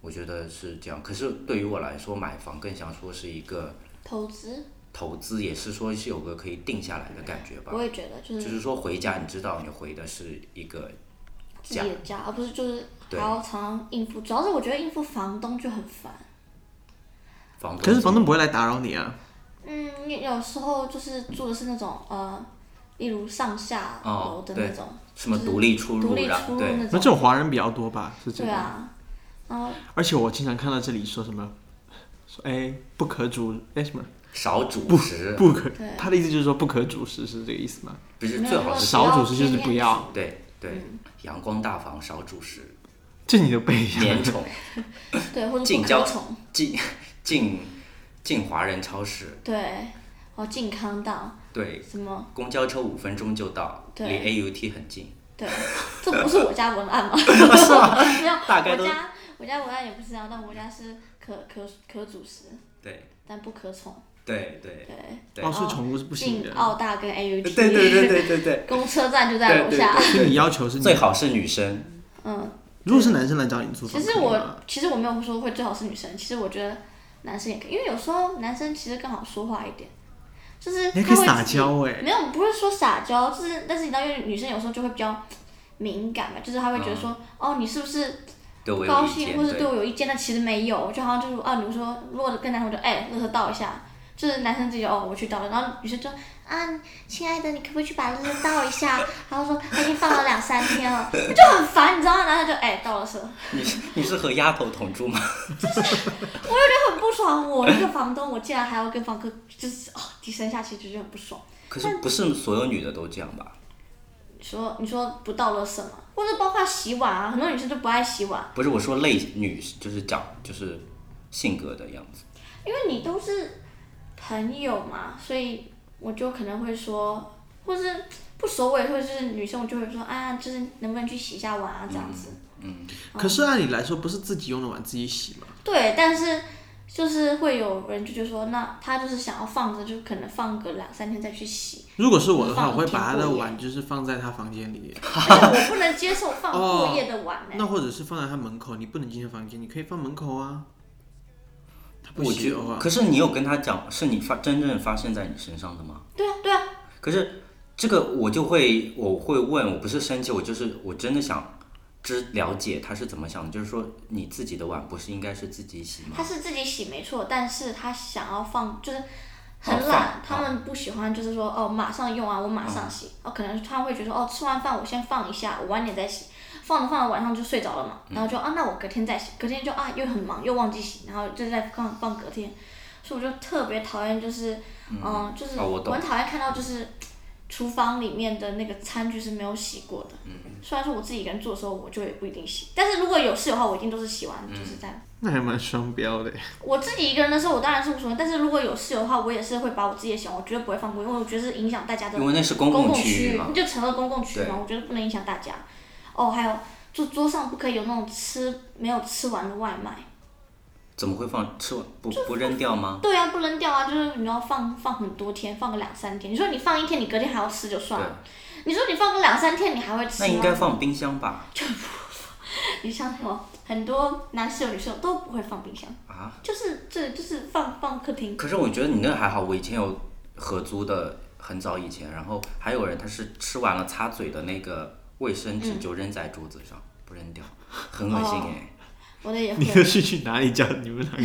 Speaker 2: 我觉得是这样。可是对于我来说，买房更像说是一个
Speaker 3: 投资
Speaker 2: 投资，也是说是有个可以定下来的感觉吧
Speaker 3: 我。也觉得就
Speaker 2: 就是是说回家，你知道你回的是一个
Speaker 3: 自己的家，而不是就是还
Speaker 2: 对
Speaker 3: 要常常应付，主要是我觉得应付房东就很烦。
Speaker 2: 房东，
Speaker 1: 可是房东不会来打扰你啊。
Speaker 3: 嗯，你有时候就是住的是那种呃，例如上下
Speaker 2: 哦
Speaker 3: 楼的
Speaker 2: 对
Speaker 3: 那种，
Speaker 2: 什么
Speaker 3: 就是
Speaker 2: 独立出
Speaker 3: 独
Speaker 2: 入，
Speaker 3: 立
Speaker 2: 然
Speaker 3: 出
Speaker 2: 后
Speaker 3: 入
Speaker 2: 对
Speaker 3: 那
Speaker 1: 那
Speaker 3: 种。
Speaker 1: 这种华人比较多吧？是这
Speaker 3: 对
Speaker 1: 个。
Speaker 3: 啊，然后
Speaker 1: 而且我经常看到这里说什么，说哎不可主哎什么
Speaker 2: 少主食，
Speaker 1: 不可
Speaker 3: 对，
Speaker 1: 他的意思就是说不可主食是这个意思吗？
Speaker 2: 不是
Speaker 3: 没嗯
Speaker 2: 最
Speaker 3: 有
Speaker 2: 好
Speaker 3: 那
Speaker 2: 是
Speaker 3: 种
Speaker 1: 少主食就是不要，
Speaker 2: 对对，阳光大房少主食，
Speaker 1: 这你都背一下。
Speaker 2: 棉 虫
Speaker 3: 对，或者
Speaker 2: 近
Speaker 3: 不
Speaker 2: 郊
Speaker 3: 可宠，
Speaker 2: 进进进华人超市，
Speaker 3: 对，哦，健康到
Speaker 2: 对，
Speaker 3: 什么？
Speaker 2: 公交车五分钟就到，离
Speaker 3: 对
Speaker 2: AUT 很近。
Speaker 3: 对，这不是我家文案吗？ 是吗？没有，
Speaker 2: 大概
Speaker 3: 我
Speaker 2: 都
Speaker 3: 家我家文案也不是这样，但我家是可可可主食，
Speaker 2: 对
Speaker 3: 但不可宠，
Speaker 2: 对对
Speaker 3: 对，
Speaker 2: 对
Speaker 1: 哦，是宠物是不行
Speaker 3: 进
Speaker 1: 的。
Speaker 3: 澳大跟 AUT，
Speaker 2: 对对对对对对，
Speaker 3: 公车站就在楼
Speaker 2: 对对
Speaker 3: 下，
Speaker 1: 所以你要求是你
Speaker 2: 最，好是女生，
Speaker 3: 嗯，
Speaker 1: 如果是男生来找你租
Speaker 3: 其
Speaker 1: 房，
Speaker 3: 实
Speaker 1: 可以
Speaker 3: 我
Speaker 1: 吗
Speaker 3: 其实我没有说会最好是女生，其实我觉得男生也可以，因为有时候男生其实更好说话一点，就是
Speaker 1: 你还
Speaker 3: 他
Speaker 1: 可以
Speaker 3: 会
Speaker 1: 撒
Speaker 3: 自己
Speaker 1: 娇哎。
Speaker 3: 没有，不是说撒娇，就是但是你知道，因为女生有时候就会比较敏感嘛，就是她会觉得说，哦，你是不是
Speaker 2: 对嗯
Speaker 3: 不
Speaker 2: 我
Speaker 3: 高
Speaker 2: 有意
Speaker 3: 兴，
Speaker 2: 见，
Speaker 3: 或者对
Speaker 2: 对
Speaker 3: 我有意见？但其实没有，就好像就是啊，你说如果跟男生就哎，垃圾倒一下，就是男生自己就哦，我去倒了，然后女生就啊，亲爱的，你可不可以去把垃圾倒一下？然后说哎他已经放了两三天了， 就很烦，你知道吗？然后他就哎倒了 圾，
Speaker 2: 你是你是和丫头同住吗？
Speaker 3: 很不爽我。那个房东，我竟然还要跟房客就是哦提升下去，就觉得很不爽。
Speaker 2: 可是不是所有女的都这样吧？
Speaker 3: 你说你说不到了什么，或者包括洗碗啊，很多女生就不爱洗碗，
Speaker 2: 不是我说类女就是讲就是性格的样子，
Speaker 3: 因为你都是朋友嘛，所以我就可能会说，或是不熟我也会就是女生我就会说，啊，就是能不能去洗一下碗啊这样子。哦
Speaker 1: 可是按理来说，不是自己用的碗自己洗嘛？
Speaker 3: 对，但是就是会有人就觉得说，那他就是想要放着，就可能放个两三天再去洗。
Speaker 1: 如果是我的话，
Speaker 3: 放
Speaker 1: 我会把他的
Speaker 3: 苹果耶
Speaker 1: 碗就是放在他房间里，
Speaker 3: 而且我不能接受放过夜的碗呢、
Speaker 1: 哦
Speaker 3: 欸
Speaker 1: 那或者是放在他门口。你不能进他房间，你可以放门口啊。他不
Speaker 2: 我觉
Speaker 1: 洗的
Speaker 2: 得。
Speaker 1: 话，
Speaker 2: 可是你有跟他讲是你发真正发生在你身上的吗？
Speaker 3: 对啊，对啊，
Speaker 2: 可是这个我就会我会问，我不是生气，我就是我真的想知了解他是怎么想的，就是说你自己的碗不是应该是自己洗吗
Speaker 3: 他？是自己洗没错，但是他想要放，就是很
Speaker 2: 哦
Speaker 3: 懒，
Speaker 2: 放
Speaker 3: 他们不喜欢，就是说哦，马上用啊，我马
Speaker 2: 嗯
Speaker 3: 上洗。哦，可能他会觉得哦，吃完饭我先放一下，我晚点再洗。放着放着晚上就睡着了嘛，
Speaker 2: 嗯
Speaker 3: 然后就啊，那我隔天再洗，隔天就啊又很忙又忘记洗，然后就再放放隔天，所以我就特别讨厌就是，嗯、就是、
Speaker 2: 哦我懂
Speaker 3: 很讨厌看到就是厨房里面的那个餐具是没有洗过的。
Speaker 2: 嗯
Speaker 3: 虽然说我自己一个人做的时候我就也不一定洗，但是如果有事的话，我一定都是洗完、
Speaker 2: 嗯
Speaker 3: 就是在
Speaker 1: 那还蛮双标的耶。
Speaker 3: 我自己一个人的时候，我当然是无所谓。但是如果有室友的话，我也是会把我自己的想，我绝对不会放过，因为我觉得是影响大家的
Speaker 2: 因为那是公
Speaker 3: 公
Speaker 2: 共
Speaker 3: 区
Speaker 2: 区域
Speaker 3: 域，
Speaker 2: 嘛
Speaker 3: 那。就成了公共区域嘛。我觉得不能影响大家。哦，还有，就桌上不可以有那种吃没有吃完的外卖。
Speaker 2: 啊怎么会放吃完不不扔掉吗？
Speaker 3: 对啊，不扔掉啊，就是你要放放很多天，放个两三天。你说你放一天，你隔天还要吃就算了。你说你放个两三天，你还会吃
Speaker 2: 那
Speaker 3: 吗？
Speaker 2: 应该放冰箱吧？
Speaker 3: 你相信我，很多男室友、女室友都不会放冰箱，
Speaker 2: 啊？
Speaker 3: 就是这就是放放客厅。
Speaker 2: 可是我觉得你那个还好，我以前有合租的，很早以前，然后还有人他是吃完了擦嘴的那个卫生纸就扔在桌子上，不扔掉，很恶心
Speaker 3: 哦
Speaker 2: 哎、
Speaker 3: 我的也会
Speaker 1: 你。又是去哪里交你们两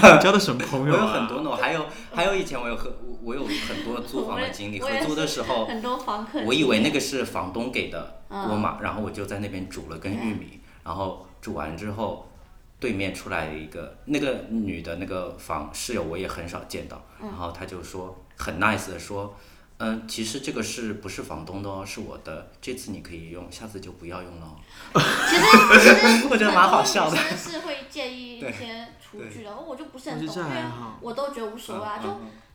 Speaker 1: 个 交的什么朋
Speaker 2: 我
Speaker 1: 友
Speaker 2: 有
Speaker 1: 啊？
Speaker 2: 很多呢，我还有还有以前我有合我我有很多租房的经历，合
Speaker 3: 我也
Speaker 2: 租的时候，
Speaker 3: 很多房客，
Speaker 2: 我以为那个是房东给的
Speaker 3: 嗯
Speaker 2: 锅嘛，然后我就在那边煮了根玉米，然后煮完之后，对面出来一个那个女的那个房室友，我也很少见到，
Speaker 3: 嗯
Speaker 2: 然后她就说很 nice 的说，嗯，其实这个是不是房东的哦，是我的，这次你可以用，下次就不要用了哦。
Speaker 3: 其实其实
Speaker 2: 我觉得蛮好笑的
Speaker 3: 很多女生是会介意一些厨具的，哦我就不是很
Speaker 1: 我觉得
Speaker 3: 懂，
Speaker 1: 这
Speaker 3: 因为
Speaker 1: 还好
Speaker 3: 我都觉得无所谓啊。
Speaker 2: 嗯
Speaker 3: 就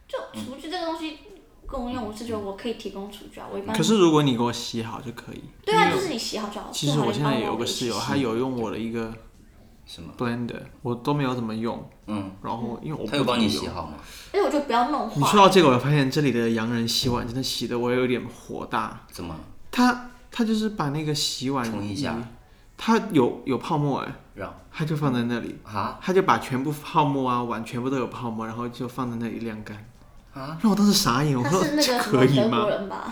Speaker 3: 就厨具这个东西共用，我是觉得我可以提供厨具啊，我一般
Speaker 1: 可是如果你给我洗好就可以。
Speaker 3: 对啊，就是你洗好就好。
Speaker 1: 其实
Speaker 3: 最好
Speaker 1: 我
Speaker 3: 你
Speaker 1: 现
Speaker 3: 帮
Speaker 1: 在有
Speaker 3: 我
Speaker 1: 个
Speaker 3: 一起
Speaker 1: 室友，
Speaker 3: 洗
Speaker 1: 他有用我的一个
Speaker 2: 什么？
Speaker 1: blender，我都没有怎么用。
Speaker 2: 嗯，
Speaker 1: 然后因为我不
Speaker 2: 他有帮你
Speaker 1: 怎么
Speaker 2: 洗
Speaker 1: 用
Speaker 2: 好吗？
Speaker 3: 而且哎我就不要弄
Speaker 1: 你
Speaker 3: 坏
Speaker 1: 说。到这个，我发现这里的洋人洗碗真的洗的我有点火大。
Speaker 2: 怎么？
Speaker 1: 他他就是把那个洗碗
Speaker 2: 冲一下
Speaker 1: 仪，他有有泡沫哎，
Speaker 2: 让
Speaker 1: 他就放在那里，
Speaker 2: 啊
Speaker 1: 他就把全部泡沫啊碗全部都有泡沫，然后就放在那里晾干。
Speaker 2: 啊！
Speaker 1: 让我当时傻眼，我
Speaker 3: 他
Speaker 1: 说
Speaker 3: 是那
Speaker 1: 这
Speaker 3: 个什
Speaker 1: 可
Speaker 3: 么
Speaker 1: 以
Speaker 3: 德国
Speaker 1: 吗？
Speaker 3: 人吧？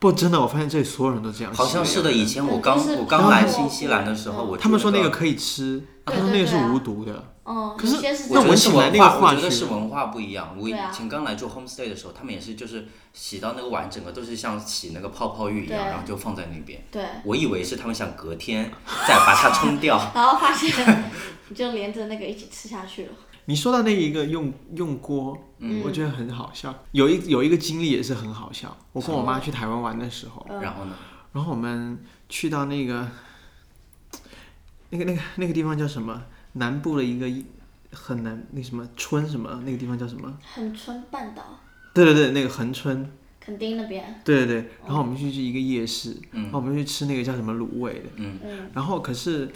Speaker 1: 不，真的，我发现这里所有人都这样洗。
Speaker 2: 好像是的，以前我
Speaker 3: 嗯
Speaker 2: 刚
Speaker 3: 就是
Speaker 2: 我刚来
Speaker 3: 泡沫
Speaker 2: 新西兰的时候，
Speaker 3: 嗯
Speaker 2: 我
Speaker 1: 他们
Speaker 2: 住
Speaker 1: 说那
Speaker 2: 那
Speaker 1: 个可以吃，他
Speaker 3: 对
Speaker 1: 说那
Speaker 3: 对
Speaker 1: 个是
Speaker 3: 对啊
Speaker 1: 无毒的，
Speaker 3: 嗯，
Speaker 1: 可
Speaker 3: 有
Speaker 1: 是
Speaker 3: 些是
Speaker 1: 那
Speaker 2: 我觉得
Speaker 1: 闻起
Speaker 2: 是
Speaker 1: 来
Speaker 2: 文
Speaker 1: 那个
Speaker 2: 化，我
Speaker 1: 化
Speaker 2: 觉得
Speaker 1: 学
Speaker 2: 是文化不一样。我以
Speaker 3: 对啊
Speaker 2: 前刚来做 homestay 的时候，他们也是就是洗到那个碗，整个都是像洗那个泡泡浴一样，
Speaker 3: 对
Speaker 2: 然后就放在那边。
Speaker 3: 对，
Speaker 2: 我以为是他们想隔天再把它 冲掉。
Speaker 3: 然后发现 你就连着那个一起吃下去了。
Speaker 1: 你说到那一个用用锅，
Speaker 3: 嗯
Speaker 1: 我觉得很好笑。有一有一个经历也是很好笑。我跟我妈去台湾玩的
Speaker 3: 嗯
Speaker 1: 时候，
Speaker 2: 然后呢？
Speaker 1: 然后我们去到那个那个那个那个地方叫什么？南部的一个很南那什么村什么那个地方叫什么？
Speaker 3: 恒春半岛，
Speaker 1: 对对对，那个恒春，
Speaker 3: 垦丁那边，哦
Speaker 1: 对对对。然后我们去去一个夜市，然后我们去吃那个叫什么卤味的，
Speaker 3: 嗯，
Speaker 1: 然后可是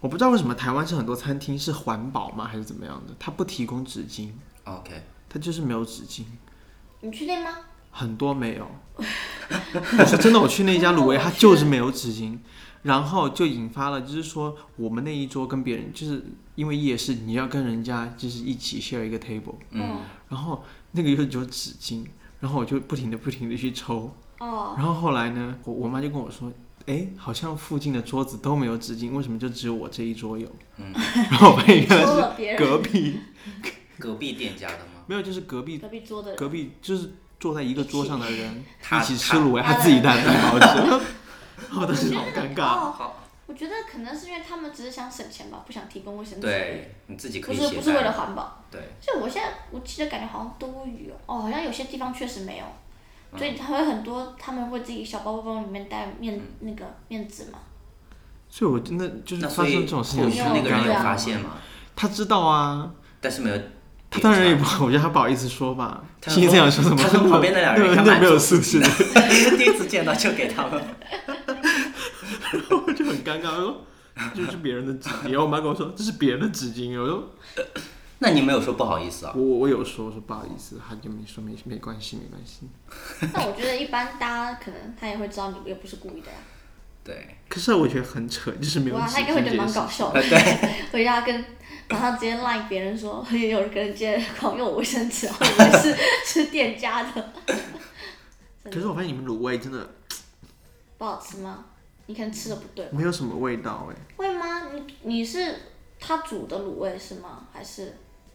Speaker 1: 我不知道为什么台湾是很多餐厅是环保吗还是怎么样的，它不提供纸巾，
Speaker 2: OK，
Speaker 1: 它就是没有纸巾。
Speaker 3: 你确 定吗？
Speaker 1: 很多没有。我说真的，我去那家卤味，它就是没有纸巾，然后就引发了，就是说我们那一桌跟别人，就是因为夜市你要跟人家就是一起 share 一个 table，
Speaker 3: 嗯，
Speaker 1: 然后那个又有纸巾，然后我就不停的不停的去抽，
Speaker 3: 哦，
Speaker 1: 然后后来呢，我我妈就跟我说。哎，好像附近的桌子都没有纸巾，为什么就只有我这一桌有？嗯，然后我发现原
Speaker 3: 抽
Speaker 1: 来
Speaker 3: 了
Speaker 1: 是
Speaker 3: 别人
Speaker 1: 隔壁，
Speaker 3: 嗯
Speaker 2: 隔壁店家的吗？
Speaker 1: 没有，就是隔壁
Speaker 3: 隔壁桌的人
Speaker 1: 隔壁就是坐在一个桌上的人
Speaker 2: 他
Speaker 1: 一起吃卤味，他自己带蛋糕吃，我当 时好尴尬。
Speaker 3: 哦
Speaker 2: 好，
Speaker 3: 我觉得可能是因为他们只是想省钱吧，不想提供卫生纸。，
Speaker 2: 对，你自己可
Speaker 3: 不
Speaker 2: 以
Speaker 3: 是
Speaker 2: 携
Speaker 3: 不是为了
Speaker 2: 带。啊
Speaker 3: 环保。
Speaker 2: 对，
Speaker 3: 就我现在我记得感觉好像都有哦，好像有些地方确实没有，所
Speaker 2: 嗯
Speaker 3: 以还有很多他们会自己小包包里面带面、那个面纸嘛。
Speaker 1: 所以我真的就是
Speaker 2: 那
Speaker 1: 发
Speaker 2: 所
Speaker 1: 生
Speaker 2: 以
Speaker 1: 这种事
Speaker 2: 后
Speaker 1: 情，
Speaker 2: 续
Speaker 1: 我
Speaker 2: 那个人
Speaker 1: 就
Speaker 2: 有
Speaker 3: 啊
Speaker 1: 尴尬
Speaker 2: 发现吗？
Speaker 1: 他知道啊，
Speaker 2: 但是没有点
Speaker 1: 他
Speaker 2: 出来。
Speaker 1: 当然也不，我觉得他不好意思说吧，
Speaker 2: 他说
Speaker 1: 心里在想说什么，
Speaker 2: 他说旁边那两人
Speaker 1: 对
Speaker 2: 应
Speaker 1: 对
Speaker 2: 该
Speaker 1: 没有
Speaker 2: 蛮
Speaker 1: 素
Speaker 2: 自
Speaker 1: 质
Speaker 2: 信
Speaker 1: 的
Speaker 2: 的，第一次见到就给他们。
Speaker 1: 我就很尴尬，我说这是别人的纸巾，然后我妈跟我说这是别人的纸巾，我说
Speaker 2: 那你没有说不好意思啊？
Speaker 1: 我我我有说我说不好意思，他就没说没没关系没关系，
Speaker 3: 那我觉得一般大家可能他也会知道你又不是故意的呀、
Speaker 2: 对，
Speaker 1: 可是我觉得很扯，就是没有
Speaker 3: 哇，
Speaker 1: 纸
Speaker 3: 他应
Speaker 1: 巾这
Speaker 3: 该会觉得
Speaker 1: 件
Speaker 3: 蛮
Speaker 1: 事
Speaker 3: 搞。笑的。
Speaker 2: 呃
Speaker 3: 回家跟马上直接赖别人说， 有人跟人接狂用我卫生纸，然后以为是 是店家的，
Speaker 1: 可是我发现你们卤味真的
Speaker 3: 不好吃吗？你可能吃的不对，
Speaker 1: 没有什么味道哎、
Speaker 3: 会吗？你你是他煮的卤味是吗？还是？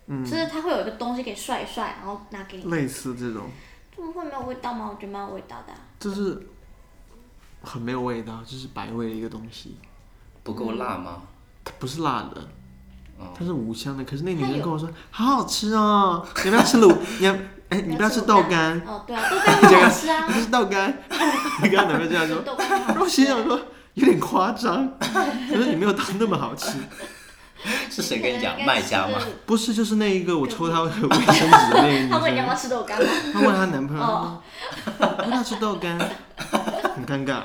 Speaker 1: 嗯
Speaker 3: 就是他会有一个东西给涮一涮，然后拿给你，
Speaker 1: 类似这种
Speaker 3: 这么会没有味道吗？我觉得蛮有味道的啊、
Speaker 1: 就是很没有味道，就是白味的一个东西，
Speaker 2: 不够辣 吗？
Speaker 1: 它不是辣的。
Speaker 2: 哦
Speaker 1: 它是无香的，可是那女
Speaker 3: 它
Speaker 1: 生
Speaker 3: 有
Speaker 1: 跟我说好好吃哦， 你要不要吃卤？你要哎， 你不要吃豆干，
Speaker 3: 哦，对啊，豆干很好吃 啊
Speaker 1: 你，不是豆干。你跟她男朋友这样说，
Speaker 3: 豆干啊
Speaker 1: 然
Speaker 3: 很好吃。
Speaker 1: 后我心想说有点夸张， 可是你没有到那么好吃。
Speaker 2: 是谁跟你讲卖家吗？？
Speaker 1: 不是，就是那一个我抽她的卫生纸的那个女
Speaker 3: 他问你要
Speaker 1: 生
Speaker 3: 不要，吃豆干吗？
Speaker 1: 她问她男朋友，
Speaker 3: 哦
Speaker 1: 她说要吃豆干，很尴尬。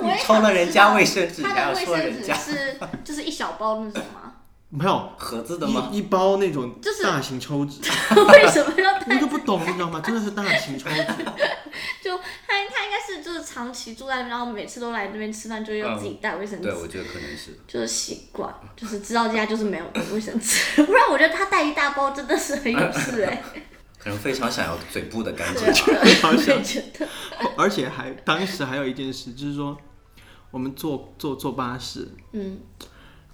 Speaker 3: 我 也
Speaker 2: 你
Speaker 3: 想
Speaker 2: 抽了人
Speaker 3: 知道
Speaker 2: 家卫生 纸，还
Speaker 3: 它
Speaker 2: 要
Speaker 3: 的卫
Speaker 2: 说
Speaker 3: 生
Speaker 2: 人
Speaker 3: 纸
Speaker 2: 家
Speaker 3: 是就是一小包那种吗？
Speaker 1: 没有
Speaker 2: 盒子的吗？
Speaker 1: 一一包那种
Speaker 3: 就是
Speaker 1: 大型抽 纸，
Speaker 3: 为什么要
Speaker 1: 你
Speaker 3: 带？
Speaker 1: 都不懂，你知道吗？真的是大型抽纸，
Speaker 3: 就他他应该是就是长期住在那边，然后每次都来这边吃饭，就要自己带卫生纸
Speaker 2: 对，，我觉得可能是。
Speaker 3: 就是习惯，就是知道家就是没有卫生纸， 不然我觉得他带一大包真的是很有事 哎、
Speaker 2: 可能非常想要嘴部的干净
Speaker 3: 对，
Speaker 2: 吧。
Speaker 3: 我
Speaker 1: 好想
Speaker 3: 也觉得
Speaker 1: 哦而且还当时还有一件事，就是说我们坐坐坐巴士，
Speaker 3: 嗯，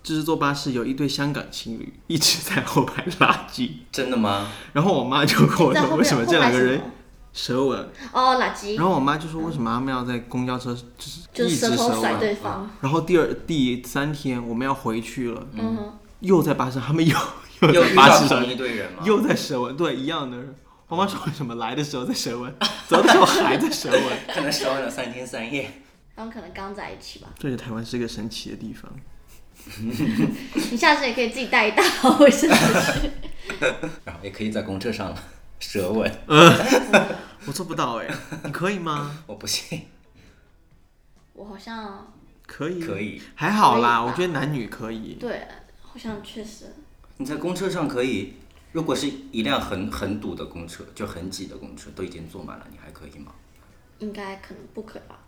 Speaker 1: 就是坐巴士有一对香港情侣一直在后排拉近，
Speaker 2: 真的吗？
Speaker 1: 然后我妈就跟我
Speaker 3: 在
Speaker 1: 说
Speaker 3: 后面
Speaker 1: 为什么这两个
Speaker 3: 后
Speaker 1: 人
Speaker 3: 排
Speaker 1: 舌吻，
Speaker 3: 是什么哦，垃圾
Speaker 1: 然后我妈就说为什么他们要在公交车就是
Speaker 3: 就
Speaker 1: 一
Speaker 3: 是舌
Speaker 1: 直嗯
Speaker 3: 头
Speaker 1: 舌
Speaker 3: 甩
Speaker 1: 吻，
Speaker 3: 对方，
Speaker 1: 然后第二第三天我们要回去了，
Speaker 3: 嗯哼，
Speaker 1: 又在巴士他们又又
Speaker 2: 又
Speaker 1: 在
Speaker 2: 遇
Speaker 1: 巴
Speaker 2: 到
Speaker 1: 士上
Speaker 2: 同一队人吗？
Speaker 1: 又在舌吻，对一样的。我妈说为什么来的时候在舌吻， 走的时候还在舌吻。
Speaker 2: 可能舌吻了三天三夜。
Speaker 3: 他们可能刚在一起吧。
Speaker 1: 这个台湾是一个神奇的地方。
Speaker 3: 你下次也可以自己带一大包卫生纸。
Speaker 2: 然后也可以在公车上了舌吻，
Speaker 1: 我做不到哎、你可以吗？
Speaker 2: 我不信。
Speaker 3: 我好像
Speaker 1: 可以，
Speaker 2: 可以，
Speaker 1: 还好啦，
Speaker 3: 可以
Speaker 1: 我
Speaker 3: 吧
Speaker 1: 觉得男女可以。
Speaker 3: 对，好像确实
Speaker 2: 你在公车上可以，如果是一辆很很堵的公车，就很挤的公车，都已经坐满了，你还可以吗？
Speaker 3: 应该可能不可以吧，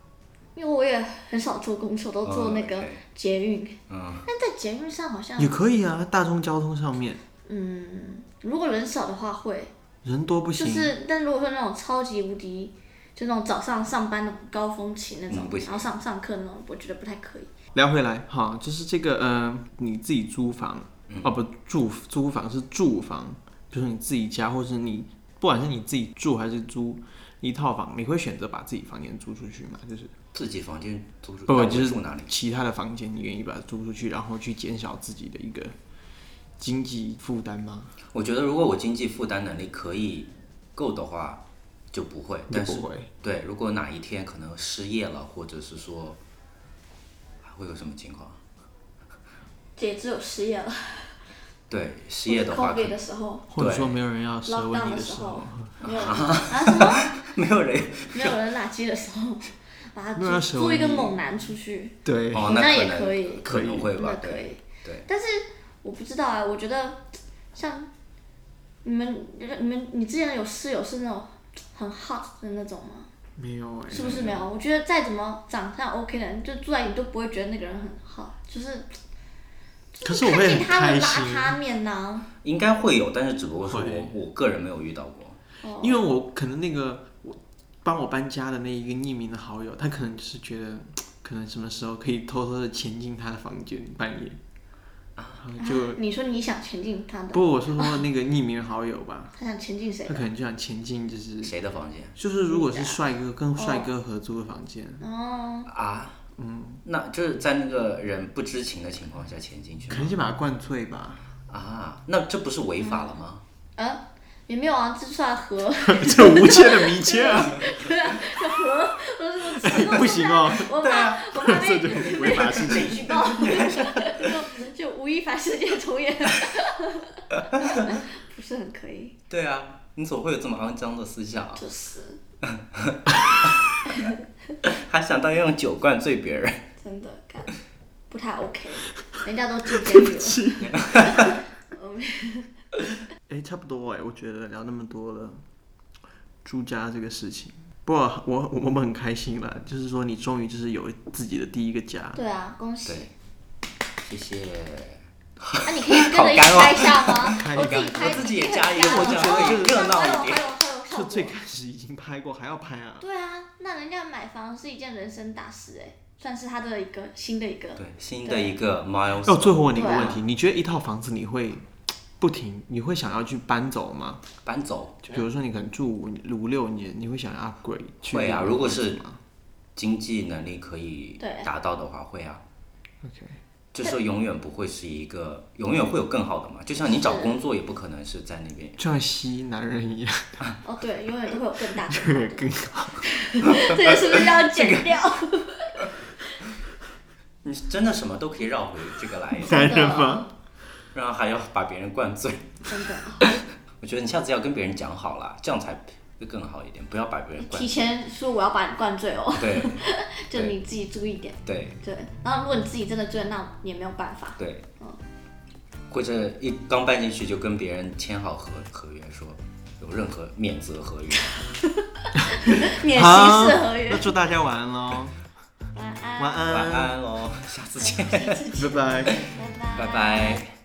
Speaker 3: 因为我也很少坐公车，都坐那
Speaker 2: 哦
Speaker 3: 个
Speaker 2: ，OK
Speaker 3: 捷运。
Speaker 2: 嗯，
Speaker 3: 但在捷运上好像
Speaker 1: 也，可以啊，大众交通上面
Speaker 3: 嗯，如果人少的话会，
Speaker 1: 人多不
Speaker 3: 就
Speaker 1: 行。
Speaker 3: 是但如果说那种超级无敌，就那种早上上班的高峰期那种
Speaker 2: 嗯，不行
Speaker 3: 然后上上课那种，我觉得不太可以。
Speaker 1: 聊回来哈，就是这个呃，你自己租房、哦，不住租房是住房，比如说你自己家，或是你不管是你自己住还是租一套房，你会选择把自己房间租出去吗？就是
Speaker 2: 自己房间租住，
Speaker 1: 不
Speaker 2: 那我
Speaker 1: 就是
Speaker 2: 住哪里？
Speaker 1: 其他的房间，你愿意把它租出去，然后去减少自己的一个经济负担吗？
Speaker 2: 我觉得如果我经济负担能力可以够的话，就不会。
Speaker 1: 你
Speaker 2: 但
Speaker 1: 不
Speaker 2: 是
Speaker 1: 会。
Speaker 2: 对，如果哪一天可能失业了，或者是说还会有什么情况？
Speaker 3: 也只有失业了，
Speaker 2: 对，失业的话，可
Speaker 3: COVID
Speaker 2: 能
Speaker 3: 的时候
Speaker 1: 或者说没有人要舌吻
Speaker 3: ，lockdown
Speaker 1: 你
Speaker 3: 的
Speaker 1: 时
Speaker 3: 时
Speaker 1: 候
Speaker 3: 候，，没有 人啊什么？
Speaker 2: 没有人
Speaker 3: 没有人垃圾的时候，把它
Speaker 1: 没有人
Speaker 3: 租
Speaker 1: 手
Speaker 3: 租一个
Speaker 1: 你
Speaker 3: 猛男出去，
Speaker 1: 对，
Speaker 2: 哦，
Speaker 3: 那
Speaker 2: 可
Speaker 3: 也
Speaker 2: 能
Speaker 3: 可以
Speaker 2: 可能会
Speaker 3: 真
Speaker 2: 吧
Speaker 3: 的，可
Speaker 2: 对
Speaker 3: 以。
Speaker 2: 对，
Speaker 3: 但是我不知道啊，我觉得像你们、你们、你之前的有室友是那种很 hot 的那种吗？
Speaker 1: 没有哎、
Speaker 3: 是不是没有？我觉得再怎么长相 OK 的人，就住在你都不会觉得那个人很 hot，就是。
Speaker 1: 可
Speaker 3: 就是
Speaker 1: 我
Speaker 3: 看
Speaker 1: 会
Speaker 3: 见
Speaker 1: 很
Speaker 3: 他
Speaker 1: 开
Speaker 3: 的邋
Speaker 1: 心，
Speaker 3: 遢面呐、
Speaker 2: 应该会有，但是只不过是
Speaker 1: 会
Speaker 2: 我我个人没有遇到过。
Speaker 3: 哦，
Speaker 1: 因为我可能那个我帮我搬家的那一个匿名的好友，他可能就是觉得嗯可能什么时候可以偷偷的潜进他的房间半夜，然后就
Speaker 3: 啊你说你想前进他的，
Speaker 1: 不，我是说那个匿名好友吧，
Speaker 3: 他想前啊进谁啊
Speaker 1: 他
Speaker 3: 的？
Speaker 1: 可能就想潜进就是
Speaker 2: 谁的房间
Speaker 1: 就是如果是帅哥跟帅哥合租的房间，
Speaker 3: 哦，
Speaker 2: 啊？嗯，那就是在那个人不知情的情况下潜进去
Speaker 1: 可能就把他灌醉吧。
Speaker 2: 啊？那这不是违法了吗？
Speaker 3: 呃，也没有啊，这算河，
Speaker 1: 这无切的 迷切啊，
Speaker 3: 对啊，这河，我说这
Speaker 1: 不行哦，
Speaker 3: 我怕我怕
Speaker 1: 这
Speaker 3: 被
Speaker 1: 就违法事情。
Speaker 3: 举报， 就就吴亦凡事件重演， 不是很可以，
Speaker 2: 对啊，你怎么会有这么肮脏的思想啊？
Speaker 3: 就是
Speaker 2: 还想到要用酒灌醉别人？
Speaker 3: 真的干不太 OK，人家都进监狱了。
Speaker 1: 哎，差不多哎，我觉得聊那么多了，朱家这个事情，不过我我我们很开心啦，就是说你终于就是有自己的第一个家，
Speaker 3: 对啊，恭喜！
Speaker 2: 对谢谢。
Speaker 3: 那、你可以跟着一起拍下吗？我自己拍，
Speaker 2: 我自己也加一个，
Speaker 3: 我
Speaker 2: 我就觉得更热闹一
Speaker 3: 还有还有还
Speaker 2: 点。
Speaker 3: 有还有
Speaker 1: 就
Speaker 3: 效
Speaker 1: 最
Speaker 3: 果。
Speaker 1: 开始已经拍过，还要拍啊？
Speaker 3: 对啊，那人家买房是一件人生大事哎、算是他的一个新的一个。
Speaker 2: 对，新的一个 milestone。
Speaker 1: 那我最后问你一个
Speaker 3: 对啊
Speaker 1: 问题，你觉得一套房子你会不停，你会想要去搬走吗？
Speaker 2: 搬走，
Speaker 1: 就比如说你可能住五五六年，你会想要 upgrade 去
Speaker 2: 会
Speaker 1: 另外一
Speaker 2: 啊
Speaker 1: 个
Speaker 2: 如果
Speaker 1: 位置
Speaker 2: 是
Speaker 1: 吗
Speaker 2: 经济能力可以
Speaker 3: 对
Speaker 2: 达到的话，会啊。
Speaker 1: OK，
Speaker 2: 就是永远不会是一个，永远会有更好的嘛。就像你找
Speaker 3: 是
Speaker 2: 工作，也不可能是在那边。
Speaker 1: 就像吸男人一样，
Speaker 3: 哦，对，永远都会有更大的。
Speaker 1: 对，更
Speaker 3: 这个是不是 要剪掉？
Speaker 2: 你真的什么都可以绕回这个来，
Speaker 1: 男
Speaker 3: 真
Speaker 1: 人
Speaker 3: 的
Speaker 1: 吗？
Speaker 2: 然后还要把别人灌醉。
Speaker 3: 真的，
Speaker 2: 我觉得你下次要跟别人讲好啦，这样才会更好一点，不要把别人灌
Speaker 3: 提
Speaker 2: 醉。
Speaker 3: 前说我要把你灌醉哦，
Speaker 2: 对
Speaker 3: 就你自己注意一点。
Speaker 2: 对
Speaker 3: 对，然后如果你自己真的醉了，那也没有办法。
Speaker 2: 对
Speaker 3: 嗯，
Speaker 2: 或者一刚搬进去就跟别人签好合合约，说有任何免责合约。
Speaker 3: 免息
Speaker 1: 好
Speaker 3: 事合约
Speaker 1: 那。祝大家晚安喽，
Speaker 3: 晚安，
Speaker 1: 晚安，
Speaker 2: 晚安喽，下次见，
Speaker 1: 拜拜。
Speaker 3: 拜拜，
Speaker 2: 拜拜。